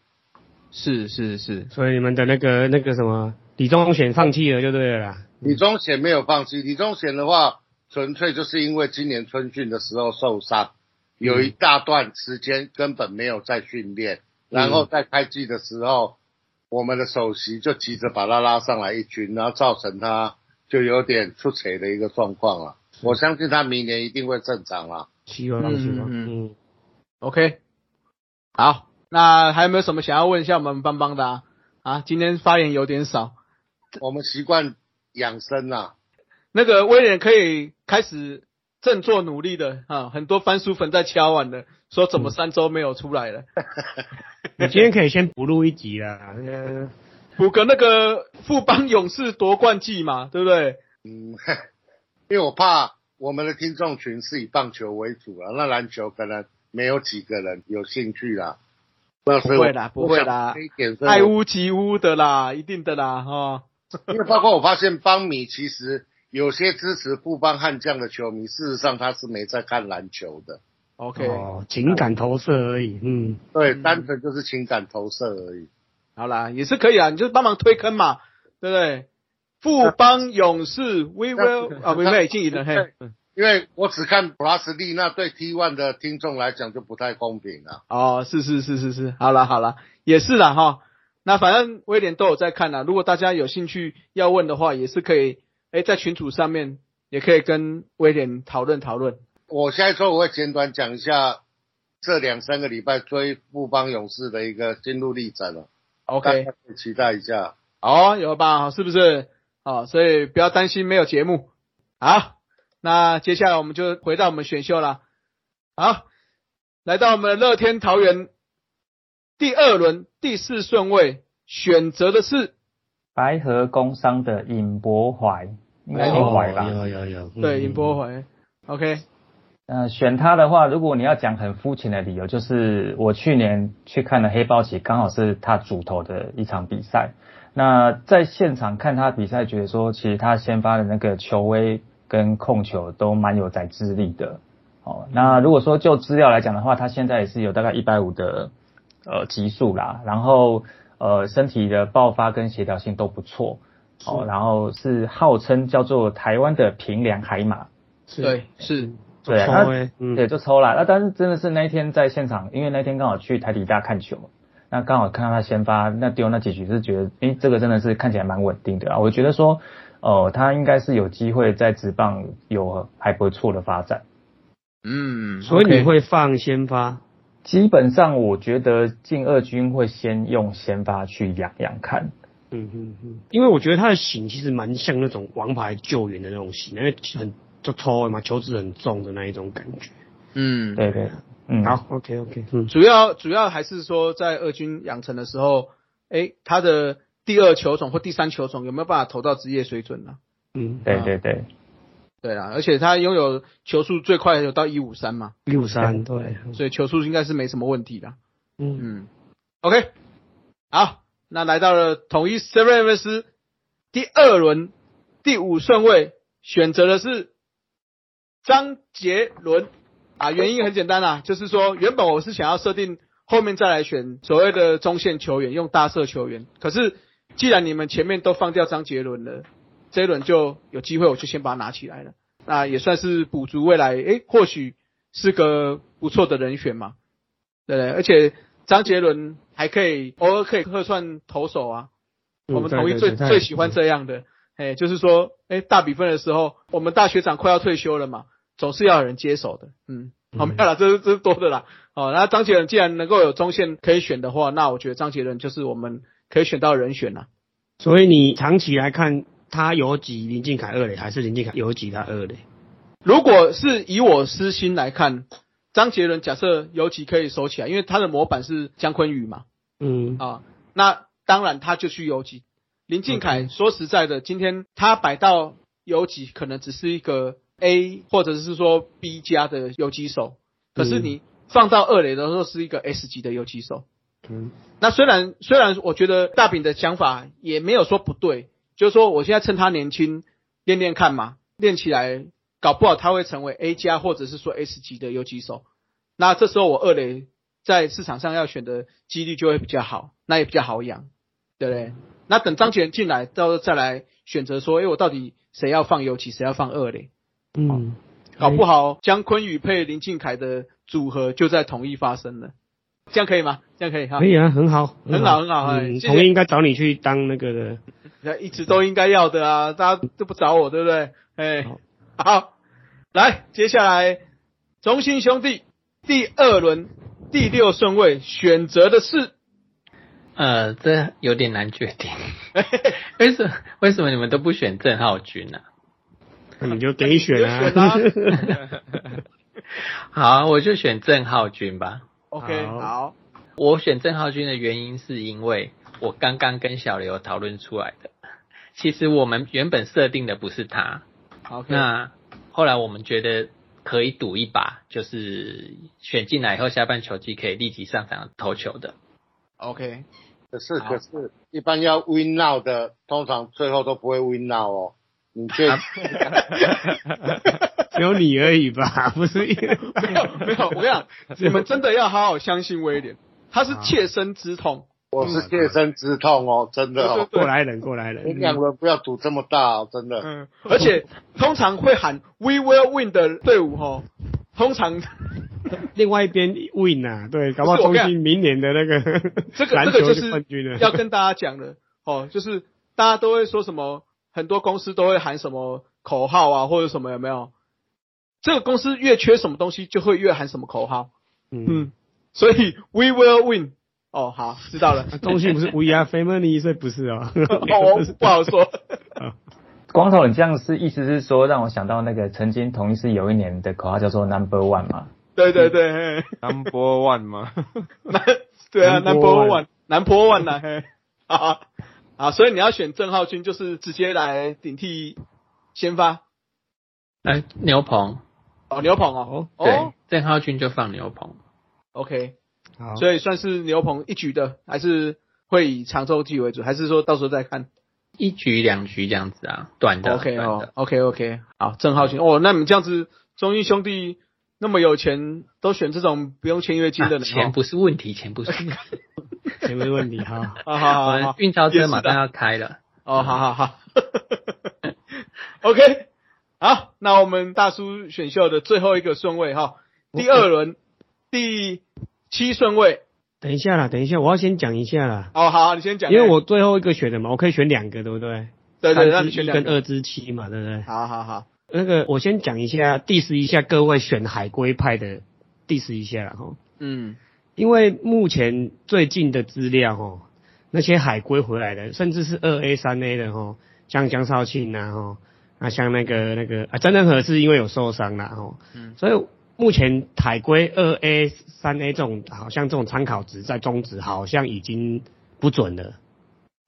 [SPEAKER 1] 是是是，
[SPEAKER 2] 所以你们的那个那个什么李宗选放弃了就对了啦。
[SPEAKER 4] 李宗贤没有放弃，李宗贤的话，纯粹就是因为今年春训的时候受伤，有一大段时间根本没有在训练，然后在开季的时候，我们的首席就急着把他拉上来一军，然后造成他就有点出彩的一个状况了。我相信他明年一定会正常啦。
[SPEAKER 2] 希望
[SPEAKER 1] 嗯
[SPEAKER 2] 希望，
[SPEAKER 1] 嗯
[SPEAKER 2] 嗯，
[SPEAKER 1] OK，好，那还有没有什么想要问一下我们邦邦的啊？啊，今天发言有点少，
[SPEAKER 4] 我们习惯养生啊啦、
[SPEAKER 1] 那个威廉可以开始振作努力的啊，很多番薯粉在敲碗的，说怎么三周没有出来了，
[SPEAKER 2] 你今天可以先补录一集啦。呃
[SPEAKER 1] 补个那个富邦勇士夺冠季嘛，对不对？
[SPEAKER 4] 嗯，因为我怕我们的听众群是以棒球为主啊，那篮球可能没有几个人有兴趣啦。那所以
[SPEAKER 1] 不
[SPEAKER 4] 我
[SPEAKER 1] 会啦不会啦
[SPEAKER 4] 我想这一点是
[SPEAKER 1] 爱屋及乌的啦，一定的啦，哈、
[SPEAKER 4] 因为包括我发现邦米其实有些支持富邦悍将的球迷，事实上他是没在看篮球的，
[SPEAKER 1] OK，、
[SPEAKER 2] 哦，情感投射而已，嗯，
[SPEAKER 4] 对，单纯就是情感投射而已。
[SPEAKER 1] 好啦，也是可以啊，你就帮忙推坑嘛，对不对？富邦勇士，We will 啊，不对，已经赢了嘿。
[SPEAKER 4] 因为我只看普拉斯利，那对 T One 的听众来讲就不太公平啊了。
[SPEAKER 1] 哦，是是是是是，好啦好啦，也是啦哈。那反正威廉都有在看啦，如果大家有兴趣要问的话，也是可以，哎，在群组上面也可以跟威廉讨论讨论。
[SPEAKER 4] 我现在说我会简短讲一下这两三个礼拜追富邦勇士的一个心路历程了。大家
[SPEAKER 1] OK，
[SPEAKER 4] 可以期待一下。
[SPEAKER 1] 好、哦，有吧？是不是？哦，所以不要担心没有节目。好，那接下来我们就回到我们选秀啦。好，来到我们乐天桃园第二轮第四顺位选择的是，
[SPEAKER 5] 白河工商的尹博怀，应该
[SPEAKER 1] 哦
[SPEAKER 5] 尹怀吧？
[SPEAKER 2] 有有有，嗯
[SPEAKER 1] 对，尹波。怀。OK，
[SPEAKER 5] 呃，选他的话，如果你要讲很肤浅的理由，就是我去年去看了黑豹旗，刚好是他主投的一场比赛。那在现场看他比赛，觉得说其实他先发的那个球威跟控球都蛮有宰制力的。哦，那如果说就资料来讲的话，他现在也是有大概一百五的呃级数啦，然后呃身体的爆发跟协调性都不错。哦，然后是号称叫做台湾的平凉海马。
[SPEAKER 1] 对，是
[SPEAKER 5] 对啊，
[SPEAKER 2] 抽
[SPEAKER 5] 那
[SPEAKER 2] 欸嗯
[SPEAKER 5] 对，就抽了。那但是真的是那一天在现场，因为那天刚好去台底大看球嘛，那刚好看到他先发，那丢那几局是觉得，诶，这个真的是看起来蛮稳定的啊。我觉得说，哦、他应该是有机会在职棒有还不错的发展。
[SPEAKER 1] 嗯，
[SPEAKER 2] 所以你
[SPEAKER 1] OK
[SPEAKER 2] 会放先发？
[SPEAKER 5] 基本上，我觉得进二军会先用先发去养养看。
[SPEAKER 2] 嗯嗯嗯，因为我觉得他的型其实蛮像那种王牌救援的那种型，因为很就抽嘛，球质很重的那一种感觉。
[SPEAKER 1] 嗯，
[SPEAKER 5] 对对，嗯，
[SPEAKER 2] 好，OK OK，嗯，
[SPEAKER 1] 主要主要还是说在二军养成的时候，哎，他的第二球种或第三球种有没有办法投到职业水准呢、
[SPEAKER 2] 嗯，
[SPEAKER 5] 对对对，
[SPEAKER 1] 对啦，而且他拥有球速最快有到一五三嘛，
[SPEAKER 2] 六三对，
[SPEAKER 1] 所以球速应该是没什么问题的。
[SPEAKER 2] 嗯，
[SPEAKER 1] 嗯，OK，好，那来到了统一 s e v e n 斯第二轮第五顺位选择的是张杰伦啊，原因很简单啊，就是说原本我是想要设定后面再来选所谓的中线球员，用大色球员，可是既然你们前面都放掉张杰伦了，这一轮就有机会我就先把它拿起来了，那也算是补足未来，诶，或许是个不错的人选嘛。对不对？而且张杰伦还可以偶尔可以客串投手啊，
[SPEAKER 2] 嗯
[SPEAKER 1] 我们统一最
[SPEAKER 2] 对对对
[SPEAKER 1] 最喜欢这样的，哎，就是说，哎，大比分的时候，我们大学长快要退休了嘛，总是要有人接手的，嗯，好、没有啦，这是这是多的啦，哦，那张杰伦既然能够有中线可以选的话，那我觉得张杰伦就是我们可以选到的人选啦。
[SPEAKER 2] 所以你长期来看，他有几林敬凯二垒，还是林敬凯有几他二垒？
[SPEAKER 1] 如果是以我私心来看，张杰伦假设尤其可以守起来，因为他的模板是姜坤宇嘛，
[SPEAKER 2] 嗯，
[SPEAKER 1] 啊，那当然他就去游击。林敬凯说实在的，今天他摆到游击，可能只是一个 A 或者是说 B 加的游击手，可是
[SPEAKER 2] 嗯
[SPEAKER 1] 你放到二垒的时候是一个 S 级的游击手。
[SPEAKER 2] 嗯，
[SPEAKER 1] 那虽然虽然我觉得大饼的想法也没有说不对，就是说我现在趁他年轻练练看嘛，练起来搞不好他会成为 A 加或者是说 S 级的游击手。那这时候我二垒在市场上要选的几率就会比较好，那也比较好养，对不对？那等张杰进来，到时候再来选择说，哎，我到底谁要放游击，谁要放二垒？
[SPEAKER 2] 嗯，
[SPEAKER 1] 搞不好姜昆宇配林敬凯的组合就在统一发生了，这样可以吗？这样可以哈
[SPEAKER 2] 可，以啊，很好，
[SPEAKER 1] 很好很好哎
[SPEAKER 2] 嗯
[SPEAKER 1] 谢谢
[SPEAKER 2] 同意应该找你去当那 个的，
[SPEAKER 1] 那一直都应该要的啊，大家都不找我，对不对？哎，好，来，接下来中信兄弟第二轮第六顺位选择的是，
[SPEAKER 6] 呃，这有点难决定。 为什么为什么你们都不选郑浩君呢、啊
[SPEAKER 2] 你就给你 选
[SPEAKER 1] 你
[SPEAKER 2] 啊
[SPEAKER 1] 就选。啊
[SPEAKER 6] 好啊，我就选郑浩君吧。
[SPEAKER 1] OK，
[SPEAKER 2] 好
[SPEAKER 1] 好，
[SPEAKER 6] 我选郑浩君的原因是因为我刚刚跟小刘讨论出来的。其实我们原本设定的不是他，
[SPEAKER 1] o k
[SPEAKER 6] 那后来我们觉得可以赌一把，就是选进来以后下半球季可以立即上场投球的。
[SPEAKER 1] OK，
[SPEAKER 4] 可是
[SPEAKER 1] 好
[SPEAKER 4] 可是，一般要 win now 的，通常最后都不会 win now 哦。你确
[SPEAKER 1] 啊
[SPEAKER 2] 只有你而已吧，不 是？
[SPEAKER 1] 没有没有，我跟你讲，你们真的要好好相信威廉，他是切身之痛，
[SPEAKER 4] 我是切身之痛哦，真的哦，
[SPEAKER 2] 过来人，过来
[SPEAKER 4] 你
[SPEAKER 2] 人，
[SPEAKER 4] 两轮不要赌这么大哦，真的。
[SPEAKER 1] 嗯，而且通常会喊 “We will win” 的队伍吼，通常
[SPEAKER 2] 另外一边 win 啊，对，搞不好
[SPEAKER 1] 不是我
[SPEAKER 2] 中
[SPEAKER 1] 跟你
[SPEAKER 2] 信明年的那个
[SPEAKER 1] 这个这
[SPEAKER 2] 篮
[SPEAKER 1] 个
[SPEAKER 2] 球
[SPEAKER 1] 就
[SPEAKER 2] 冠军啊
[SPEAKER 1] 是
[SPEAKER 2] 了，
[SPEAKER 1] 要跟大家讲的哦，就是大家都会说什么，很多公司都会喊什么口号啊，或者什么有没有？这个公司越缺什么东西，就会越喊什么口号。
[SPEAKER 2] 嗯，
[SPEAKER 1] 嗯，所以 We will win。哦，好，知道 了。
[SPEAKER 2] 中信不 是 We are family，所以不是哦，
[SPEAKER 1] 哦，我不好说。
[SPEAKER 5] 光头，你这样是意思是说让我想到那个曾经同一是有一年的口号叫做 Number One 嘛？
[SPEAKER 1] 对对对，嘿
[SPEAKER 3] Number One 吗？
[SPEAKER 1] 南 对啊，南
[SPEAKER 2] 南
[SPEAKER 1] 波
[SPEAKER 2] 波
[SPEAKER 1] 万，南波万呐，嘿，啊啊，所以你要选郑浩君，就是直接来顶替先发
[SPEAKER 6] 哎，牛棚，
[SPEAKER 1] 哦，牛棚哦，
[SPEAKER 6] 对
[SPEAKER 1] 哦，
[SPEAKER 6] 郑浩君就放牛棚。
[SPEAKER 1] ，OK，
[SPEAKER 2] 好，
[SPEAKER 1] 所以算是牛棚一局的，还是会以长周记为主，还是说到时候再看
[SPEAKER 6] 一局两局这样子啊，短的
[SPEAKER 1] ？OK
[SPEAKER 6] 短
[SPEAKER 1] 哦
[SPEAKER 6] 的，
[SPEAKER 1] ，OK OK，好，郑浩君，哦，那你们这样子，中英兄弟那么有钱，都选这种不用签约金的
[SPEAKER 6] 啊
[SPEAKER 1] 人、
[SPEAKER 6] 钱
[SPEAKER 1] 哦，
[SPEAKER 6] 不是问题，钱不是问题。
[SPEAKER 2] 前面问题哈，
[SPEAKER 1] 好好好
[SPEAKER 6] 我
[SPEAKER 1] 好
[SPEAKER 6] 们
[SPEAKER 1] 好，
[SPEAKER 6] 运钞
[SPEAKER 1] 也
[SPEAKER 6] 车
[SPEAKER 1] 是
[SPEAKER 6] 马
[SPEAKER 1] 的
[SPEAKER 6] 上要开了，
[SPEAKER 1] 哦，好好 好，OK，好，那我们大叔选秀的最后一个顺位哈，第二轮第七顺位，
[SPEAKER 2] 等一下啦，等一下，我要先讲一下啦，
[SPEAKER 1] 哦，好，你先讲，
[SPEAKER 2] 因为我最后一个选的嘛，我可以选两个，对不对？
[SPEAKER 1] 对对，那
[SPEAKER 2] 三
[SPEAKER 1] 你
[SPEAKER 2] 支
[SPEAKER 1] 选
[SPEAKER 2] 一
[SPEAKER 1] 两
[SPEAKER 2] 跟
[SPEAKER 1] 个，
[SPEAKER 2] 二支七嘛，对不对？
[SPEAKER 1] 好好好，
[SPEAKER 2] 那个我先讲一下，diss 一下各位选海龟派的，diss 一下啦哈，
[SPEAKER 1] 嗯，
[SPEAKER 2] 因为目前最近的资料哦，那些海归回来的，甚至是二 A、三 A 的哦，像江少庆啊哦，啊像那个那个啊张振和是因为有受伤啦哦，
[SPEAKER 1] 嗯
[SPEAKER 2] 所以目前海归二 A、三 A 这种好像这种参考值在中职好像已经不准了，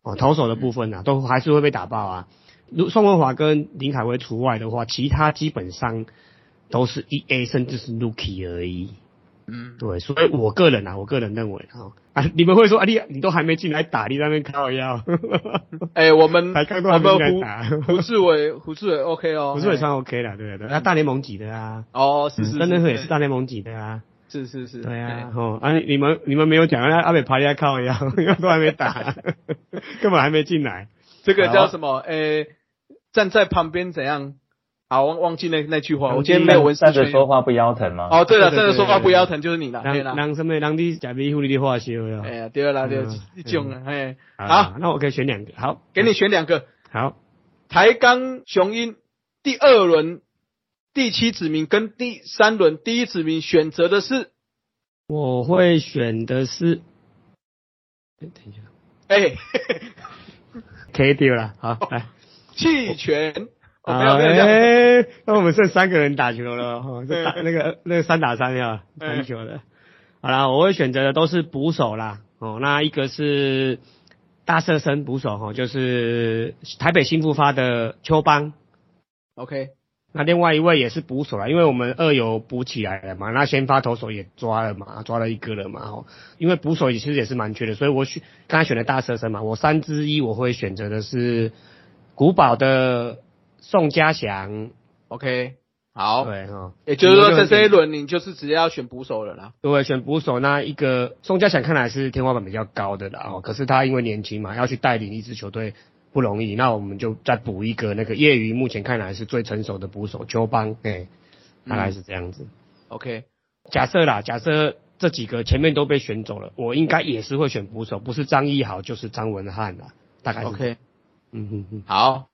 [SPEAKER 2] 哦投手的部分啊都还是会被打爆啊，如宋文华跟林凯威除外的话，其他基本上都是一 A 甚至是 Rookie 而已。
[SPEAKER 1] 嗯
[SPEAKER 2] 对，所以我个人啊，我个人认为哈啊，你们会说啊，你你都还没进来打，你在那边靠
[SPEAKER 1] 哦
[SPEAKER 2] 腰，
[SPEAKER 1] 哎，我们
[SPEAKER 2] 才嗯看
[SPEAKER 1] 我
[SPEAKER 2] 到他们
[SPEAKER 1] 们
[SPEAKER 2] 进
[SPEAKER 1] 胡
[SPEAKER 2] 来打，
[SPEAKER 1] 胡志伟，胡志伟 OK 哦，
[SPEAKER 2] 我是也算 OK 啦，对对对，啊，大联盟级的啊，
[SPEAKER 1] 哦，是是，
[SPEAKER 2] 真的也
[SPEAKER 1] 对
[SPEAKER 2] 是大联盟级的啊，
[SPEAKER 1] 是是哎是，
[SPEAKER 2] 对啊，吼啊，你们你们没有讲啊，阿北爬在靠腰， 都还没打，根本还没进来，
[SPEAKER 1] 这个叫什么？哎，站在旁边怎样？好，忘忘记那那句话，我今天没有文思
[SPEAKER 5] 站着
[SPEAKER 1] 泉
[SPEAKER 5] 说话不腰疼吗？
[SPEAKER 1] 哦，对了，
[SPEAKER 2] 对对对
[SPEAKER 1] 站着说话
[SPEAKER 2] 对对
[SPEAKER 1] 不腰疼就是你了，
[SPEAKER 2] 让
[SPEAKER 1] 对了。
[SPEAKER 2] 让什么让你假皮狐狸的话
[SPEAKER 1] 哎
[SPEAKER 2] 修哟，
[SPEAKER 1] 呀，对啦，对
[SPEAKER 2] 嗯，
[SPEAKER 1] 一种啊，哎，好
[SPEAKER 2] 啊，那我可以选两个，好，
[SPEAKER 1] 给你选两个，
[SPEAKER 2] 好，
[SPEAKER 1] 台钢雄鹰第二轮第七指名跟第三轮第一指名选择的是，
[SPEAKER 2] 我会选的是，哎等一下
[SPEAKER 1] 哎，
[SPEAKER 2] ，K 丢了，好
[SPEAKER 1] 哦
[SPEAKER 2] 来。
[SPEAKER 1] 弃权，哦，
[SPEAKER 2] 啊，
[SPEAKER 1] 没有没有这样，
[SPEAKER 2] 哎那我们剩三个人打球 了，哦，这打
[SPEAKER 1] 对
[SPEAKER 2] 那个那个三打三呀，
[SPEAKER 1] 嗯
[SPEAKER 2] 篮球的。好啦，我会选择的都是捕手啦，哦，那一个是大射身捕手，哦，就是台北新复发的邱邦。
[SPEAKER 1] ，OK，
[SPEAKER 2] 那另外一位也是捕手啦，因为我们二游补起来了嘛，那先发投手也抓了嘛，抓了一个了嘛，哦，因为捕手其实也是蛮缺的，所以我选刚才选的大蛇神嘛，我三之一我会选择的是古堡的宋家祥，
[SPEAKER 1] OK，好，
[SPEAKER 6] 哦
[SPEAKER 2] 对哈，
[SPEAKER 1] 也就是说
[SPEAKER 2] 你
[SPEAKER 1] 在
[SPEAKER 2] 们就
[SPEAKER 1] 这一轮你就是直接要选捕手了啦，
[SPEAKER 2] 如果选捕手，那一个宋家祥看来是天花板比较高的啦哦，可是他因为年轻嘛，要去带领一支球队不容易，那我们就再补一个那个业余目前看来是最成熟的捕手邱邦，哎，大概是这样子。
[SPEAKER 1] ，OK，
[SPEAKER 2] 假设啦，假设这几个前面都被选走了，我应该也是会选捕手，不是张义豪就是张文翰啦，大概是这样
[SPEAKER 1] OK，
[SPEAKER 2] 嗯嗯嗯，
[SPEAKER 1] 好，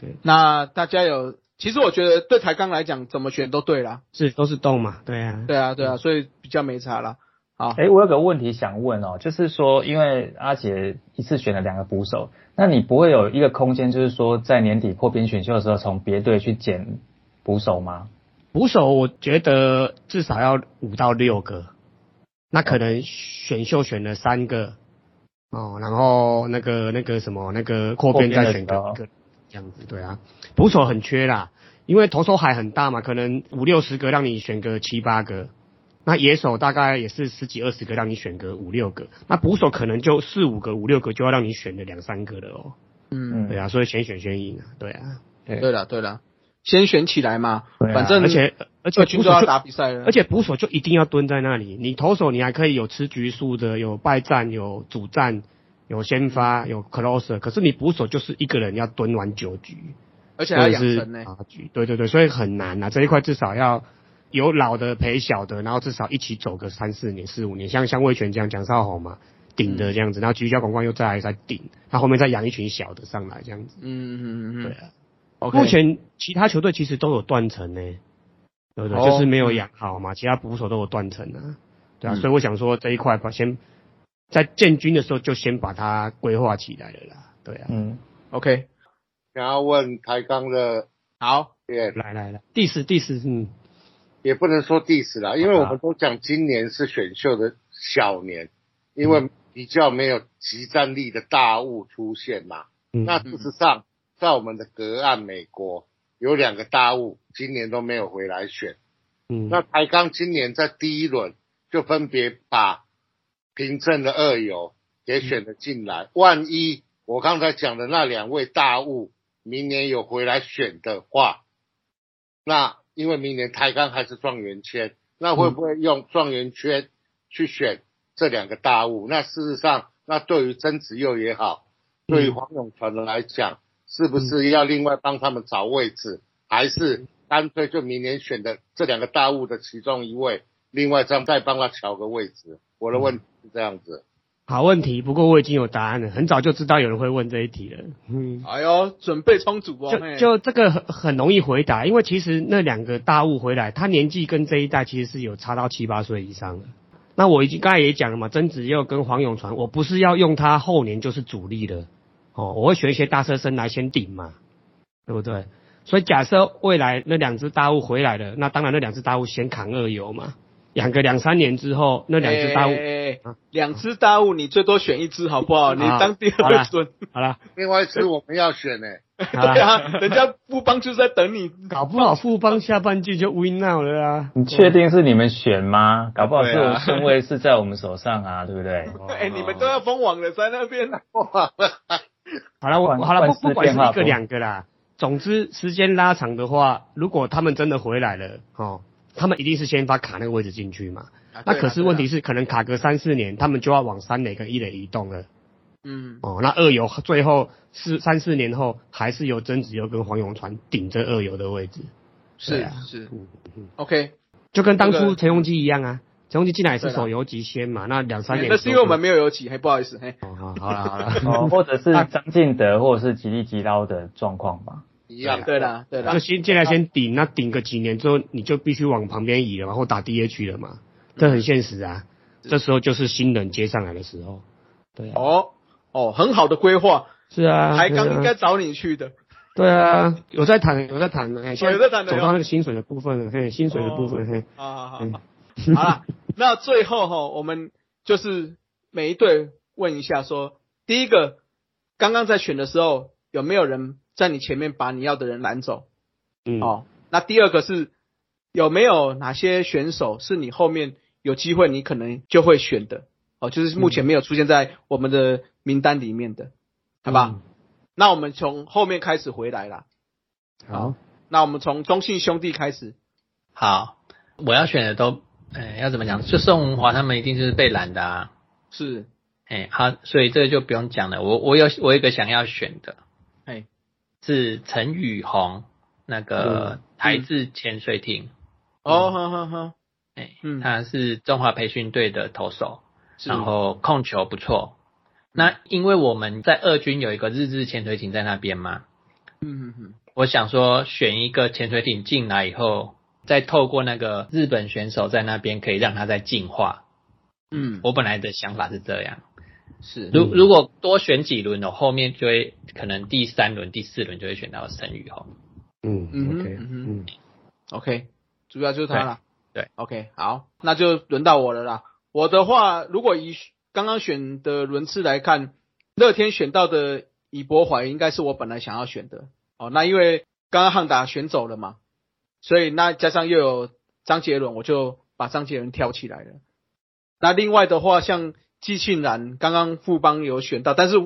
[SPEAKER 2] 对，
[SPEAKER 1] 那大家有，其实我觉得对台钢来讲怎么选都对啦，
[SPEAKER 2] 是都是动嘛，对啊，
[SPEAKER 1] 对啊对啊，所以比较没差啦，好，
[SPEAKER 5] 哎、我有个问题想问哦，就是说，因为阿杰一次选了两个捕手，那你不会有一个空间，就是说在年底破冰选秀的时候，从别队去捡捕手吗？
[SPEAKER 2] 捕手我觉得至少要五到六个，那可能选秀选了三个，哦，然后那个那个什么那个扩编再选个
[SPEAKER 5] 扩编的
[SPEAKER 2] 一
[SPEAKER 5] 时
[SPEAKER 2] 个，这样子对啊，捕手很缺啦，因为投手海很大嘛，可能五六十个让你选个七八个，那野手大概也是十几二十个让你选个五六个，那捕手可能就四五个五六个就要让你选个两三个了哦，
[SPEAKER 1] 嗯。
[SPEAKER 5] 嗯
[SPEAKER 2] 对，啊，所以先选先赢啊，对啊，
[SPEAKER 1] 对了对了，先选起来嘛，
[SPEAKER 5] 对啊
[SPEAKER 1] 反正
[SPEAKER 2] 而且而且
[SPEAKER 1] 二军
[SPEAKER 2] 捕
[SPEAKER 1] 就
[SPEAKER 2] 手
[SPEAKER 1] 要
[SPEAKER 2] 就
[SPEAKER 1] 打比赛了，
[SPEAKER 2] 而且捕手就一定要蹲在那里，你投手你还可以有吃局数的，有败战，有主战，有先发，有 closer，可是你捕手就是一个人要蹲完九局，
[SPEAKER 1] 而且还
[SPEAKER 2] 或
[SPEAKER 1] 要
[SPEAKER 2] 者
[SPEAKER 1] 养
[SPEAKER 2] 是啊
[SPEAKER 1] 成呢、
[SPEAKER 2] 八局，对对对，所以很难啊。这一块至少要有老的陪小的，然后至少一起走个三四年、四五年，像像魏权这样、蒋少红嘛，顶
[SPEAKER 1] 嗯
[SPEAKER 2] 的这样子，然后居家广冠又再来再顶，他后面再养一群小的上来这样子。
[SPEAKER 1] 嗯嗯嗯嗯，
[SPEAKER 2] 对
[SPEAKER 1] 对
[SPEAKER 2] 啊，
[SPEAKER 1] ，OK，
[SPEAKER 2] 目前其他球队其实都有断层呢，对不对？
[SPEAKER 1] 哦
[SPEAKER 2] 就是没有养好嘛，其他捕手都有断层啊，对啊，
[SPEAKER 3] 嗯
[SPEAKER 2] 所以我想说这一块把先在建军的时候就先把它规划起来了啦，对啊，
[SPEAKER 5] 嗯，
[SPEAKER 1] OK，
[SPEAKER 4] 想要问台钢的
[SPEAKER 1] 好，
[SPEAKER 4] 也
[SPEAKER 2] 来来来，第十第十，嗯，
[SPEAKER 4] 也不能说 diss 啦，因为我们都讲今年是选秀的小年，因为比较没有集战力的大物出现嘛。
[SPEAKER 2] 嗯
[SPEAKER 4] 那事实上，在我们的隔岸美国有两个大物今年都没有回来选。
[SPEAKER 2] 嗯
[SPEAKER 4] 那台钢今年在第一轮就分别把平镇的二友也选了进
[SPEAKER 2] 嗯
[SPEAKER 4] 来。万一我刚才讲的那两位大物明年有回来选的话，那因为明年台钢还是状元签，那会不会用状元签去选这两个大物？那事实上，那对于曾子佑也好，
[SPEAKER 2] 嗯
[SPEAKER 4] 对于黄永传来讲，是不是要另外帮他们找位置，还是干脆就明年选的这两个大物的其中一位，另外再再帮他瞧个位置？我的问题是这样子。
[SPEAKER 2] 好问题，不过我已经有答案了，很早就知道有人会问这一题了。嗯，
[SPEAKER 1] 哎呦，准备充足哦，嘿
[SPEAKER 2] 就就这个很很容易回答，因为其实那两个大物回来，他年纪跟这一代其实是有差到七八岁以上的。那我已经刚才也讲了嘛，曾子佑跟黄永传，我不是要用他后年就是主力的哦，我会选一些大车身来先顶嘛，对不对？所以假设未来那两只大物回来了，那当然那两只大物先扛二游嘛，养个两三年之后，那两只大物、
[SPEAKER 1] 哎哎哎
[SPEAKER 2] 啊
[SPEAKER 1] 两只大物，你最多选一只好不好？你当第
[SPEAKER 2] 好
[SPEAKER 1] 二
[SPEAKER 2] 啦
[SPEAKER 1] 准，
[SPEAKER 2] 好了，
[SPEAKER 4] 另外一支我们要选呢、
[SPEAKER 2] 好 啦
[SPEAKER 1] 对啊，人家不帮就是在等你。
[SPEAKER 2] 搞不好富邦下半季就 win now 了啊！
[SPEAKER 5] 你确定是你们选吗？搞不好是
[SPEAKER 3] 对啊
[SPEAKER 5] 我顺位是在我们手上啊，对不对？
[SPEAKER 2] 哦
[SPEAKER 1] 哎，你们都要封网了，在那边。啊
[SPEAKER 2] 好了，我
[SPEAKER 5] 换
[SPEAKER 2] 好了，
[SPEAKER 5] 换
[SPEAKER 2] 不
[SPEAKER 5] 四
[SPEAKER 2] 不管是
[SPEAKER 5] 变化
[SPEAKER 2] 一个
[SPEAKER 5] 不
[SPEAKER 2] 两个啦，总之时间拉长的话，如果他们真的回来了，哦，他们一定是先把卡那个位置进去嘛。
[SPEAKER 1] 啊
[SPEAKER 2] 那可是问题
[SPEAKER 1] 是，
[SPEAKER 2] 是，可能卡个三四年，他们就要往三垒跟一垒移动了。
[SPEAKER 1] 嗯，
[SPEAKER 2] 哦，那二游最后四三四年后，还是由曾子佑跟黄永传顶着二游的位置，对
[SPEAKER 1] 是
[SPEAKER 2] 啊
[SPEAKER 1] 是
[SPEAKER 2] 嗯嗯
[SPEAKER 1] ，OK。
[SPEAKER 2] 就跟当
[SPEAKER 1] 这个
[SPEAKER 2] 初陈宏基一样啊。陈宏基进来也是
[SPEAKER 1] 对啦
[SPEAKER 2] 手游级先嘛，那两三
[SPEAKER 1] 哎
[SPEAKER 2] 年
[SPEAKER 1] 那是因为我们没有油漆，嘿，不好意思，嘿，
[SPEAKER 2] 哦，好好了好了，
[SPEAKER 5] 哦，或者是张进德或者是吉利吉捞的状况吧。
[SPEAKER 4] 一样的。
[SPEAKER 1] 对啦对啦
[SPEAKER 2] 就，先进来先顶，那顶个几年之后，你就必须往旁边移了嘛，或打 DH 了嘛，这很现实啊。这时候就是新人接上来的时候，对啊，
[SPEAKER 1] 哦哦，很好的规划，
[SPEAKER 2] 是啊，
[SPEAKER 1] 台钢
[SPEAKER 2] 对啊
[SPEAKER 1] 应该找你去的。
[SPEAKER 2] 对啊，有在谈，有在谈，哎，现
[SPEAKER 1] 哦有哦在谈的
[SPEAKER 2] 走到那个薪水的部分了，嘿，薪水的部分，嘿，
[SPEAKER 1] 好好好
[SPEAKER 2] 嗯
[SPEAKER 1] 好， 好啦，那最后哈，我们就是每一队问一下说，第一个，刚刚在选的时候有没有人在你前面把你要的人拦走？
[SPEAKER 2] 嗯，
[SPEAKER 1] 哦，那第二个是有没有哪些选手是你后面有机会你可能就会选的？哦，就是目
[SPEAKER 2] 嗯
[SPEAKER 1] 前没有出现在我们的名单里面的，好吧？
[SPEAKER 2] 嗯
[SPEAKER 1] 那我们从后面开始回来啦。哦
[SPEAKER 2] 好，
[SPEAKER 1] 那我们从中信兄弟开始，
[SPEAKER 6] 好，我要选的都，哎，要
[SPEAKER 1] 嗯
[SPEAKER 6] 怎么讲？就宋文华他们一定就是被拦的啊。
[SPEAKER 1] 是，
[SPEAKER 6] 哎，好，所以这个就不用讲了。我我有我有一个想要选的，
[SPEAKER 1] 哎，
[SPEAKER 6] 是陈宇宏那个台制潜水艇，
[SPEAKER 1] 嗯
[SPEAKER 2] 嗯
[SPEAKER 6] 嗯
[SPEAKER 1] 哦，好好好，
[SPEAKER 6] 哎、
[SPEAKER 1] 嗯
[SPEAKER 6] 他是中华培训队的投手，
[SPEAKER 1] 是嗯
[SPEAKER 6] 然后控球不错。那因为我们在二军有一个日日潜水艇在那边嘛，
[SPEAKER 1] 嗯嗯嗯，
[SPEAKER 6] 我想说选一个潜水艇进来以后，再透过那个日本选手在那边可以让他再进化。
[SPEAKER 1] 嗯，
[SPEAKER 6] 我本来的想法是这样。
[SPEAKER 1] 是
[SPEAKER 6] 如如果多选几轮哦，后面就会可能第三轮、第四轮就会选到陈宇宏。
[SPEAKER 2] 嗯
[SPEAKER 1] 嗯哼
[SPEAKER 2] ，OK，
[SPEAKER 1] 嗯哼
[SPEAKER 2] 嗯，
[SPEAKER 1] OK，主要就是他了。
[SPEAKER 6] 对对
[SPEAKER 1] ，OK，好，那就轮到我了啦。我的话，如果以刚刚选的轮次来看，乐天选到的以博怀应该是我本来想要选的哦。那因为刚刚汉达选走了嘛，所以那加上又有张杰伦，我就把张杰伦挑起来了。那另外的话，像季庆然，刚刚富邦有选到，但是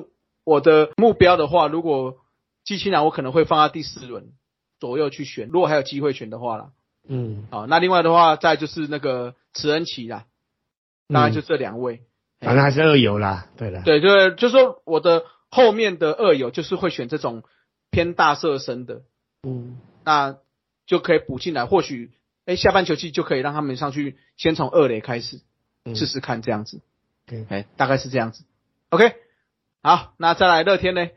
[SPEAKER 1] 我的目标的话，如果季庆然，我可能会放在第四轮左右去选，如果还有机会选的话啦。
[SPEAKER 2] 嗯，
[SPEAKER 1] 好，那另外的话，再就是那个池恩奇啦，大概就这两位。
[SPEAKER 2] 反正还是二游啦。对了，
[SPEAKER 1] 哎对对，就是说我的后面的二友就是会选这种偏大射身的，
[SPEAKER 2] 嗯，
[SPEAKER 1] 那就可以补进来，或许哎下半球季就可以让他们上去先从二垒开始
[SPEAKER 2] 嗯
[SPEAKER 1] 试试看这样子，
[SPEAKER 2] 对
[SPEAKER 1] 哎大概是这样子，OK，好，那再来乐天呢，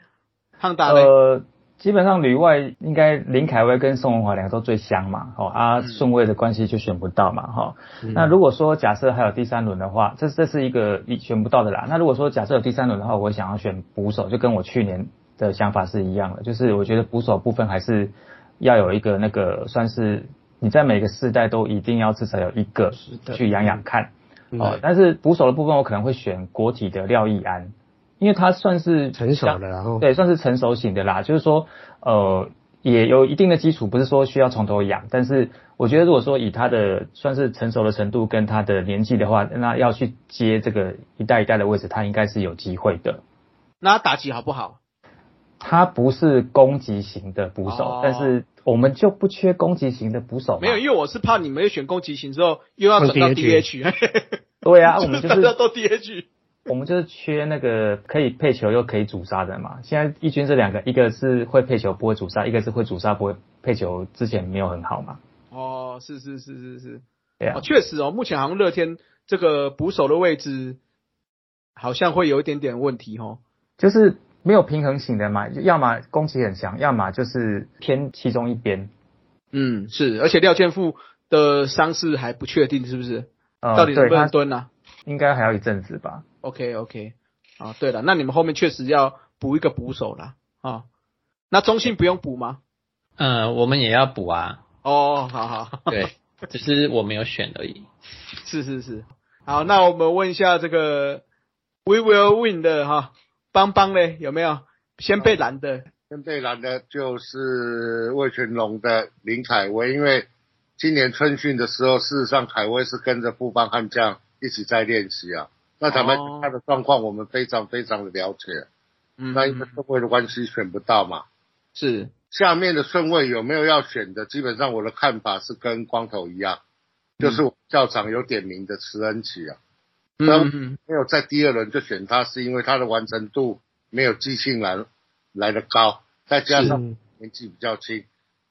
[SPEAKER 1] 胖达呢，
[SPEAKER 5] 呃，基本上旅外应该林凯威跟宋文华两个都最香嘛，哦啊，顺位的关系就选不到嘛，哈、那如果说假设还有第三轮的话，这这是一个一选不到的啦。那如果说假设有第三轮的话，我想要选捕手，就跟我去年的想法是一样的，就是我觉得捕手部分还是要有一个那个算是你在每个世代都一定要至少有一个
[SPEAKER 2] 的
[SPEAKER 5] 去养养看。
[SPEAKER 2] 嗯
[SPEAKER 5] 哦，但是捕手的部分我可能会选国体的廖义安，因为他算是
[SPEAKER 2] 成熟哦
[SPEAKER 5] 相
[SPEAKER 2] 了，然后
[SPEAKER 5] 对，算是成熟型的啦。就是说，呃，也有一定的基础，不是说需要从头养。但是我觉得，如果说以他的算是成熟的程度跟他的年纪的话，那要去接这个一代一代的位置，他应该是有机会的。
[SPEAKER 1] 那他打击好不好？
[SPEAKER 5] 他不是攻击型的捕手，
[SPEAKER 1] 哦
[SPEAKER 5] 但是我们就不缺攻击型的捕手嘛。
[SPEAKER 1] 没有，因为我是怕你们选攻击型之后又要转到
[SPEAKER 2] 换 DH
[SPEAKER 1] DH，
[SPEAKER 5] 对啊，我们就
[SPEAKER 1] 大家
[SPEAKER 5] 是
[SPEAKER 1] 都 DH，
[SPEAKER 5] 我们就是缺那个可以配球又可以主杀的嘛。现在一军这两个，一个是会配球不会主杀，一个是会主杀不会配球，之前没有很好嘛。
[SPEAKER 1] 哦，是是是是是，
[SPEAKER 5] 对啊
[SPEAKER 1] 哦，，确实哦，目前好像乐天这个捕手的位置好像会有一点点问题哦。
[SPEAKER 5] 就是没有平衡型的嘛，要么攻击很强，要么就是偏其中一边。
[SPEAKER 1] 嗯，是，而且廖健富的伤势还不确定，是不是？
[SPEAKER 5] 呃，
[SPEAKER 1] 到底能
[SPEAKER 5] 对
[SPEAKER 1] 不能
[SPEAKER 5] 他
[SPEAKER 1] 蹲啊
[SPEAKER 5] 应该还要一阵子吧。
[SPEAKER 1] ？OK OK，啊，对了，那你们后面确实要补一个捕手啦。啊。那中信不用补吗？
[SPEAKER 6] 嗯，我们也要补啊，
[SPEAKER 1] 哦，好好，
[SPEAKER 6] 对，只是我没有选而已。
[SPEAKER 1] 是是是，好，那我们问一下这个 We Will Win 的哈，邦邦嘞有没有？先被拦的，
[SPEAKER 4] 先被拦的就是魏全龙的林凯威，因为今年春训的时候，事实上凯威是跟着富邦悍将一起在练习啊。那坦白
[SPEAKER 1] 哦
[SPEAKER 4] 讲，他的状况我们非常非常的了解。
[SPEAKER 1] 嗯
[SPEAKER 4] 那因为顺位的关系选不到嘛，
[SPEAKER 1] 是
[SPEAKER 4] 下面的顺位有没有要选的？基本上我的看法是跟光头一样，就是我校长有点名的池恩琪啊，
[SPEAKER 1] 嗯嗯
[SPEAKER 4] 没有在第二轮就选他，是因为他的完成度没有季庆来来的高，再加上
[SPEAKER 2] 嗯
[SPEAKER 4] 年纪比较轻，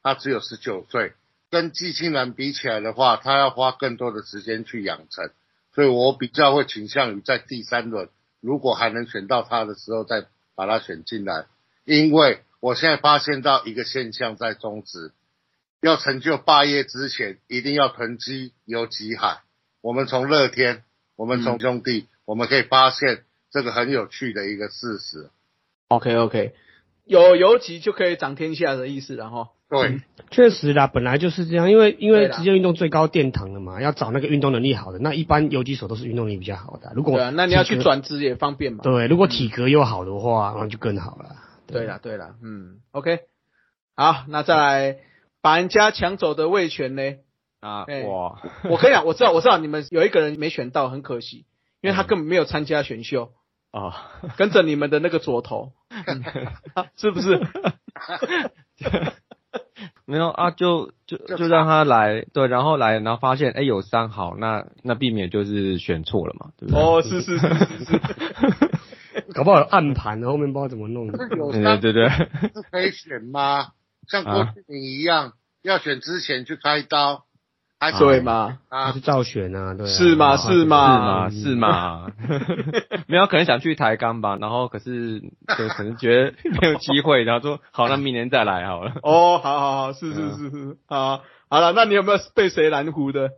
[SPEAKER 4] 他只有十九岁，跟季青兰比起来的话，他要花更多的时间去养成，所以我比较会倾向于在第三轮，如果还能选到他的时候，再把他选进来，因为我现在发现到一个现象在中职，要成就霸业之前，一定要囤积有几海。我们从乐天，我们从兄
[SPEAKER 3] 嗯
[SPEAKER 4] 弟，我们可以发现这个很有趣的一个事实。
[SPEAKER 1] ，OK OK，有游击就可以涨天下的意思了哈。
[SPEAKER 4] 对，
[SPEAKER 2] 确实啦，本来就是这样，因为因
[SPEAKER 1] 对
[SPEAKER 2] 为
[SPEAKER 1] 啦
[SPEAKER 2] 职业运动最高殿堂了嘛，要找那个运动能力好的，那一般游击手都是运动能力比较好的啊。如果
[SPEAKER 1] 对啊，那你要
[SPEAKER 2] 体
[SPEAKER 1] 去
[SPEAKER 2] 格，
[SPEAKER 1] 转职也方便嘛。嗯
[SPEAKER 2] 对，如果体格又好的话，那就更好了。
[SPEAKER 1] 对啦，对啦，嗯，OK，好，那再来把人家抢走的位权呢？
[SPEAKER 3] 啊
[SPEAKER 1] 对，
[SPEAKER 3] 哇，
[SPEAKER 1] 我跟你讲，我知道，我知道你们有一个人没选到，很可惜，因为他根本没有参加选秀，
[SPEAKER 3] 哦，
[SPEAKER 1] 跟着你们的那个左投，嗯啊是不是？
[SPEAKER 3] 没有啊，就就
[SPEAKER 4] 就
[SPEAKER 3] 就让他来，对，然后来，然后发现哎有伤好，那那避免就是选错了嘛，对不对？
[SPEAKER 1] 哦，是是是是是，
[SPEAKER 2] 搞不好有暗盘，后面不知道怎 么弄的。
[SPEAKER 4] 是有
[SPEAKER 3] 对
[SPEAKER 4] 伤
[SPEAKER 3] 对对，
[SPEAKER 4] 是可以选吗？像郭
[SPEAKER 3] 啊
[SPEAKER 4] 敬明一样，要选之前去开刀，还是
[SPEAKER 1] 对嘛？
[SPEAKER 2] 他
[SPEAKER 4] 啊
[SPEAKER 2] 是？造选啊，对啊，
[SPEAKER 1] 是吗是
[SPEAKER 3] 是
[SPEAKER 1] 吗
[SPEAKER 3] 嘛是嘛， 没有可能想去抬杠吧，然后可是可可能 觉得没有机会，然后说好，那明年再来好了。
[SPEAKER 1] 哦，好好好，是是是是，好，好了，那你有没有被谁拦胡的？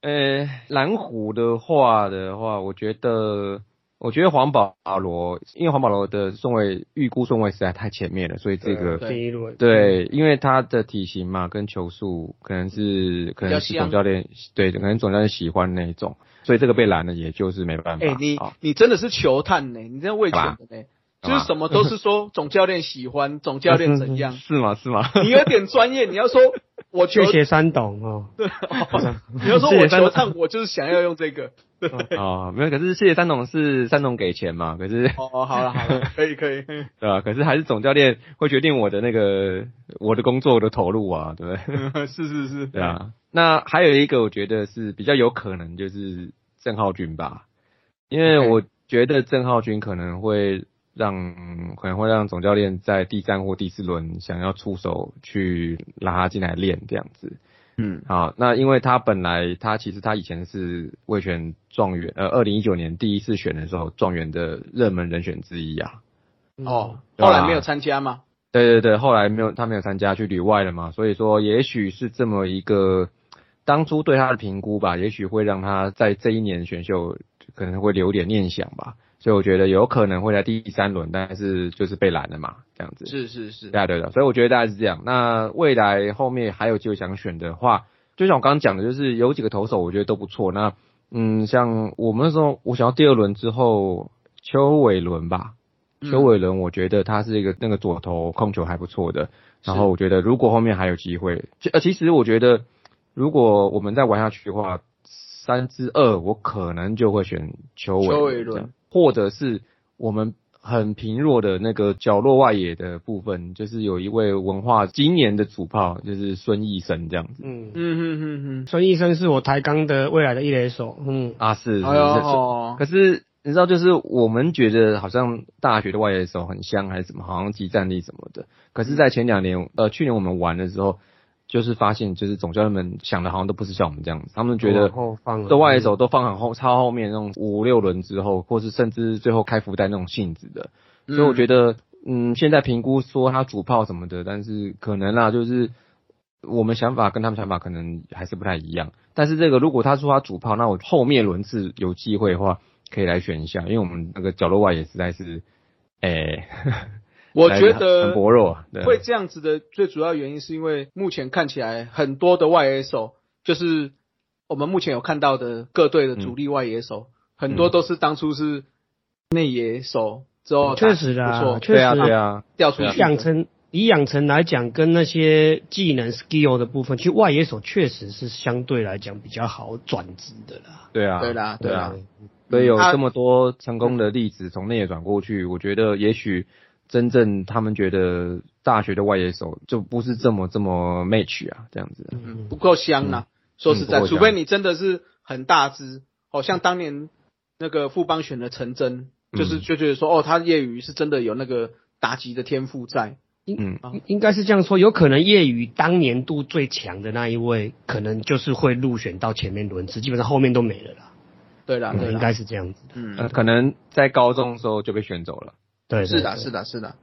[SPEAKER 3] 呃，蓝湖的话的话，我觉得，我觉得黄保罗，因为黄保罗的顺位预估顺位实在太前面了，所以这个
[SPEAKER 1] 对
[SPEAKER 2] 第一轮，
[SPEAKER 3] 对，因为他的体型嘛，跟球速可能是可能是
[SPEAKER 1] 像
[SPEAKER 3] 总教练对，可能总教练喜欢那一种，所以这个被拦了，也就是没办法。哦
[SPEAKER 1] 哎、你
[SPEAKER 3] 好
[SPEAKER 1] 你真的是球探呢、你这为权的呢、就
[SPEAKER 3] 干嘛
[SPEAKER 1] 是什么都是 说总教练喜欢，总教练怎样，
[SPEAKER 3] 是吗？是吗？
[SPEAKER 1] 你有点专业，你要说我球
[SPEAKER 2] 谢，谢山董哦，
[SPEAKER 1] 对哦你要说
[SPEAKER 2] 谢
[SPEAKER 1] 我
[SPEAKER 2] 谢三
[SPEAKER 1] 球探，我就是想要用这个。
[SPEAKER 3] 哦，没有，可是谢谢三总是三总给钱嘛，可是
[SPEAKER 1] 哦哦，好了好了，可以可以，嗯
[SPEAKER 3] 对吧、可是还是总教练会决定我的那个我的工作的投入啊，对不对？
[SPEAKER 1] 是是是，
[SPEAKER 3] 对啊，那还有一个我觉得是比较有可能就是郑浩君吧，因为我觉得郑浩君可能会让可能会让总教练在第三或第四轮想要出手去拉他进来练这样子。
[SPEAKER 1] 嗯，
[SPEAKER 3] 好，那因为他本来他其实他以前是卫选状元，呃，二零一九年第一次选的时候状元的热门人选之一啊。
[SPEAKER 1] 哦，
[SPEAKER 3] 对
[SPEAKER 1] 后
[SPEAKER 3] 啊
[SPEAKER 1] 来没有参加嘛？
[SPEAKER 3] 对对对，后来没有他没有参加去旅外了嘛，所以说也许是这么一个当初对他的评估吧，也许会让他在这一年选秀可能会留点念想吧，所以我觉得有可能会在第三轮，但是就是被拦了嘛，这样子。
[SPEAKER 1] 是是是，
[SPEAKER 3] 对啊，对的，所以我觉得大概是这样。那未来后面还有机会想选的话，就像我刚刚讲的，就是有几个投手我觉得都不错。那嗯，像我们那时候，我想要第二轮之后，邱伟伦吧，
[SPEAKER 1] 嗯
[SPEAKER 3] 邱伟伦，我觉得他是一个那个左投控球还不错的。然后我觉得如果后面还有机会，其呃，其实我觉得如果我们再玩下去的话，三之二我可能就会选邱伟
[SPEAKER 1] 邱伟伦
[SPEAKER 3] 这样，或者是我们很贫弱的那个角落外野的部分，就是有一位文化今年的主炮，就是孙艺生这样子。
[SPEAKER 2] 嗯，
[SPEAKER 1] 嗯哼哼
[SPEAKER 2] 孙医生是我台钢的未来的一垒手，嗯，
[SPEAKER 3] 啊，是，是
[SPEAKER 1] 哼，哎呦，
[SPEAKER 3] 是
[SPEAKER 1] 哦
[SPEAKER 3] 可是你知道，就是我们觉得好像大学的外野手很香，还是怎么，好像集战力什么的。可是，在前两年，呃，去年我们玩的时候，就是发现，就是总教练们想的好像都不是像我们这样子，他们
[SPEAKER 1] 哦
[SPEAKER 3] 觉得
[SPEAKER 2] 往后放了
[SPEAKER 3] 的外野手都放很后，超后面那种五六轮之后，或是甚至最后开福袋那种性质的。所以
[SPEAKER 1] 嗯
[SPEAKER 3] 我觉得，嗯，现在评估说他主炮什么的，但是可能啦，就是我们想法跟他们想法可能还是不太一样。但是这个如果他说他主炮，那我后面轮次有机会的话，可以来选一下，因为我们那个角落外也实在是，哎、
[SPEAKER 1] 我
[SPEAKER 3] 实在
[SPEAKER 1] 觉
[SPEAKER 3] 是
[SPEAKER 1] 得
[SPEAKER 3] 很薄弱，啊对
[SPEAKER 1] 会这样子的最主要原因是因为目前看起来很多的外野手，就是我们目前有看到的各队的主力外野手，
[SPEAKER 3] 嗯
[SPEAKER 1] 很多都是当初是内野手之后
[SPEAKER 2] 哦嗯确实
[SPEAKER 1] 打得
[SPEAKER 2] 啦
[SPEAKER 1] 不错
[SPEAKER 2] 确实
[SPEAKER 3] 对啊对啊，
[SPEAKER 1] 调出
[SPEAKER 3] 对
[SPEAKER 1] 去
[SPEAKER 3] 啊
[SPEAKER 1] 的
[SPEAKER 2] 养成以养成来讲，跟那些技能 skill 的部分，其实外野手确实是相对来讲比较好转职的啦。
[SPEAKER 3] 对啊，
[SPEAKER 1] 对啦对
[SPEAKER 3] 对
[SPEAKER 1] 啦
[SPEAKER 3] 啊，，所以有
[SPEAKER 1] 啊
[SPEAKER 3] 这么多成功的例子从内野转过去，我觉得也许真正他们觉得大学的外野手就不是这么这么 match 啊，这样子啊。
[SPEAKER 1] 嗯不够香呐、说实在，
[SPEAKER 3] 嗯不够
[SPEAKER 1] 除
[SPEAKER 3] 香
[SPEAKER 1] 非你真的是很大只，好像当年那个富邦选的陈真，就是
[SPEAKER 3] 嗯
[SPEAKER 1] 就觉得说哦，他业余是真的有那个打击的天赋在，
[SPEAKER 3] 嗯，
[SPEAKER 2] 应应该是这样说，有可能业余当年度最强的那一位，可能就是会入选到前面轮次，基本上后面都没了啦。
[SPEAKER 1] 对啦，啊对
[SPEAKER 2] 嗯应
[SPEAKER 1] 啦，
[SPEAKER 2] 该是这样子的。
[SPEAKER 3] 呃，
[SPEAKER 1] 嗯，
[SPEAKER 3] 可能在高中的时候就被选走了。
[SPEAKER 2] 对，
[SPEAKER 1] 是的，是的，是的，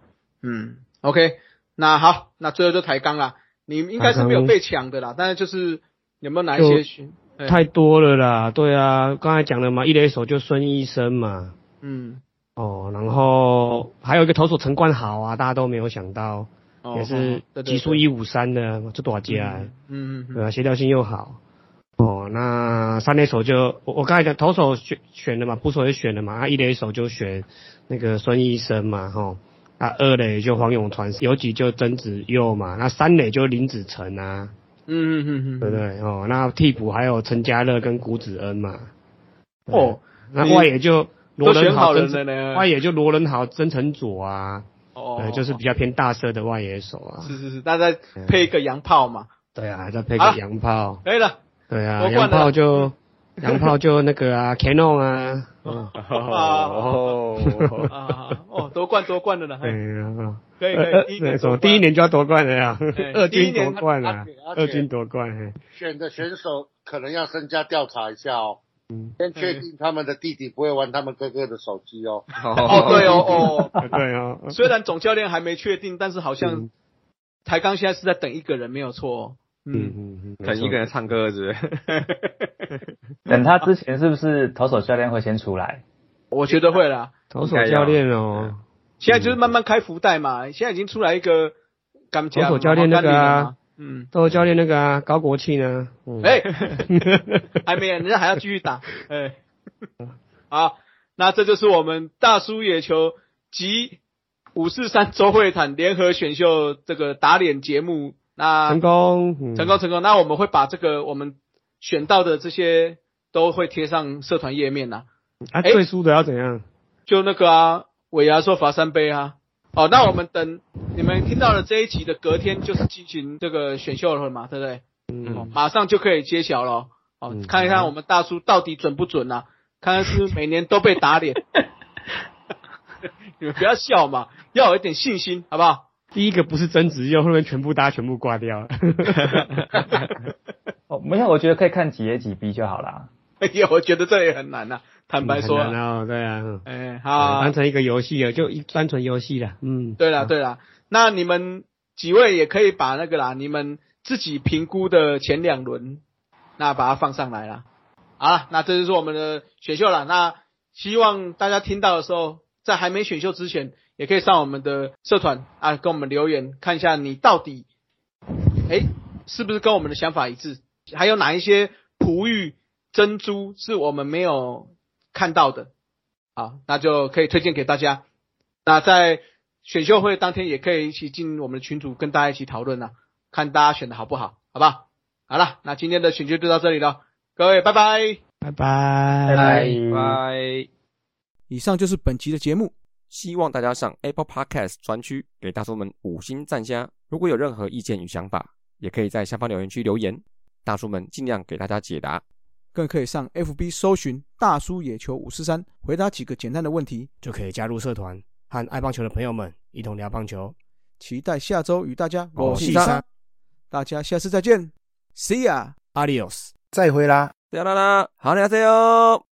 [SPEAKER 1] 嗯，OK，那好，那最后就抬杠啦，你应该是没有被抢的啦，但是就是有没有哪一些选，对
[SPEAKER 2] 太多了啦。对啊，刚才讲了嘛，一垒手就孙医生嘛，
[SPEAKER 1] 嗯，
[SPEAKER 2] 哦，然后还有一个投手陈冠豪啊，大家都没有想到，
[SPEAKER 1] 哦
[SPEAKER 2] 也是极速，一五三的，这多少届啊？
[SPEAKER 1] 嗯对对对嗯嗯
[SPEAKER 2] 对
[SPEAKER 1] 嗯，
[SPEAKER 2] 啊，协调性又好。哦，那三垒手就我我刚才讲投手选选了嘛，捕手也选了嘛，啊一垒手就选那个孙医生嘛，吼，啊二垒就黄永传，游击就曾子佑嘛，那三垒就林子成啊，
[SPEAKER 1] 嗯嗯嗯
[SPEAKER 2] 对
[SPEAKER 1] 嗯，
[SPEAKER 2] 不对？哦，那替补还有陈家乐跟谷子恩嘛，
[SPEAKER 1] 哦，
[SPEAKER 2] 那外野就罗
[SPEAKER 1] 都
[SPEAKER 2] 仁
[SPEAKER 1] 选好
[SPEAKER 2] 豪、
[SPEAKER 1] 人了
[SPEAKER 2] 曾子
[SPEAKER 1] 呢，
[SPEAKER 2] 外野就罗仁豪、曾成佐啊，
[SPEAKER 1] 哦
[SPEAKER 2] 对，，就是比较偏大色的外野手啊，
[SPEAKER 1] 是是是，大家配一个洋炮嘛，
[SPEAKER 2] 对啊，再配
[SPEAKER 1] 好
[SPEAKER 2] 个
[SPEAKER 1] 了
[SPEAKER 2] 洋炮，
[SPEAKER 1] 可以 了。
[SPEAKER 2] 对
[SPEAKER 1] 夺
[SPEAKER 2] 啊，
[SPEAKER 1] 冠
[SPEAKER 2] 洋
[SPEAKER 1] 了
[SPEAKER 2] 炮就洋炮就那 个啊，Canon 啊，嗯，
[SPEAKER 3] 哦，
[SPEAKER 1] 啊，哦，夺冠夺冠的了，嘿
[SPEAKER 2] 对啊，
[SPEAKER 1] 可以可
[SPEAKER 2] 呃
[SPEAKER 1] 以，第一
[SPEAKER 2] 呃
[SPEAKER 1] 年
[SPEAKER 2] 什
[SPEAKER 1] 夺
[SPEAKER 2] 么
[SPEAKER 1] 冠
[SPEAKER 2] 第一年就要夺冠了呀
[SPEAKER 1] 对，
[SPEAKER 2] 二
[SPEAKER 1] 哎第一
[SPEAKER 2] 军
[SPEAKER 1] 年
[SPEAKER 2] 夺冠
[SPEAKER 4] 他
[SPEAKER 2] 了
[SPEAKER 4] 他他，
[SPEAKER 2] 二军夺冠，嘿
[SPEAKER 4] 选的选手可能要身家调查一下哦，先确定他们的弟弟不会玩他们哥哥的手机哦。
[SPEAKER 1] 哦，对哦
[SPEAKER 2] 呃 对哦，
[SPEAKER 1] 哦，虽然总教练还没确定，但是好像台钢现在是在等一个人，没有错哦。
[SPEAKER 2] 嗯
[SPEAKER 1] 嗯，
[SPEAKER 2] 嗯嗯，
[SPEAKER 3] 等一个人唱歌是不是？
[SPEAKER 5] 等他之前是不是投手教练会先出来？
[SPEAKER 1] 我觉得会啦。
[SPEAKER 2] 投手教练哦，
[SPEAKER 1] 现在就是慢慢开福袋嘛，现在已经出来一个甘加
[SPEAKER 2] 投嗯手教练那个啊，
[SPEAKER 1] 嗯，
[SPEAKER 2] 投手教练那个啊，高国庆啊， 嗯
[SPEAKER 1] 哎， 还没，人家还要继续 打，哎，好，那这就是我们大叔野球及五四三周会谈联合选秀这个打脸节目，那
[SPEAKER 2] 成功，嗯
[SPEAKER 1] 成功，成功，那我们会把这个我们选到的这些都会贴上社团页面呐、
[SPEAKER 2] 啊，
[SPEAKER 1] 哎
[SPEAKER 2] 最输的要怎样？
[SPEAKER 1] 就那个啊，尾牙说罚三杯啊。哦，那我们等你们听到了这一集的隔天就是进行这个选秀了嘛，对不对？哦，
[SPEAKER 2] 嗯，
[SPEAKER 1] 马上就可以揭晓 了哦。哦，看一看我们大叔到底准不准啊？看看是不是每年都被打脸。你们不要笑嘛，要有一点信心，好不好？
[SPEAKER 2] 第一个不是增值右，后面全部大家全部挂掉了。
[SPEAKER 5] 哦，没有，我觉得可以看几 A 几 B 就好啦。
[SPEAKER 1] 哎呀，我觉得这也很难呐、 啊坦白说、
[SPEAKER 2] 很难哦，对啊，嗯
[SPEAKER 1] 哎，好，
[SPEAKER 2] 当成一个游戏了，就一单纯游戏了，嗯，
[SPEAKER 1] 对啦，对啦，那你们几位也可以把那个啦，你们自己评估的前两轮，那把它放上来啦。好啦，那这就是我们的选秀啦。那希望大家听到的时候，在还没选秀之前，也可以上我们的社团啊，跟我们留言，看一下你到底，哎，是不是跟我们的想法一致？还有哪一些璞玉、珍珠是我们没有看到的？好，那就可以推荐给大家。那在选秀会当天也可以一起进我们的群组，跟大家一起讨论啊，看大家选的好不好，好不好？好了，那今天的选秀就到这里了，各位拜拜。
[SPEAKER 2] 拜拜，拜
[SPEAKER 5] 拜拜
[SPEAKER 2] 嗯
[SPEAKER 3] 拜。
[SPEAKER 7] 以上就是本期的节目，
[SPEAKER 8] 希望大家上 Apple Podcast 专区给大叔们五星赞加。如果有任何意见与想法，也可以在下方留言区留言，大叔们尽量给大家解答。
[SPEAKER 7] 更可以上 FB 搜寻“大叔野球五四三”，回答几个简单的问题。
[SPEAKER 2] 就可以加入社团，和爱棒球的朋友们一同聊棒球。
[SPEAKER 7] 期待下周与大家
[SPEAKER 8] 我是
[SPEAKER 7] 三
[SPEAKER 8] 三
[SPEAKER 7] 大家下次再见，See ya。
[SPEAKER 2] Adios。
[SPEAKER 9] 再会啦。
[SPEAKER 8] 啦啦啦，好，你好，加油！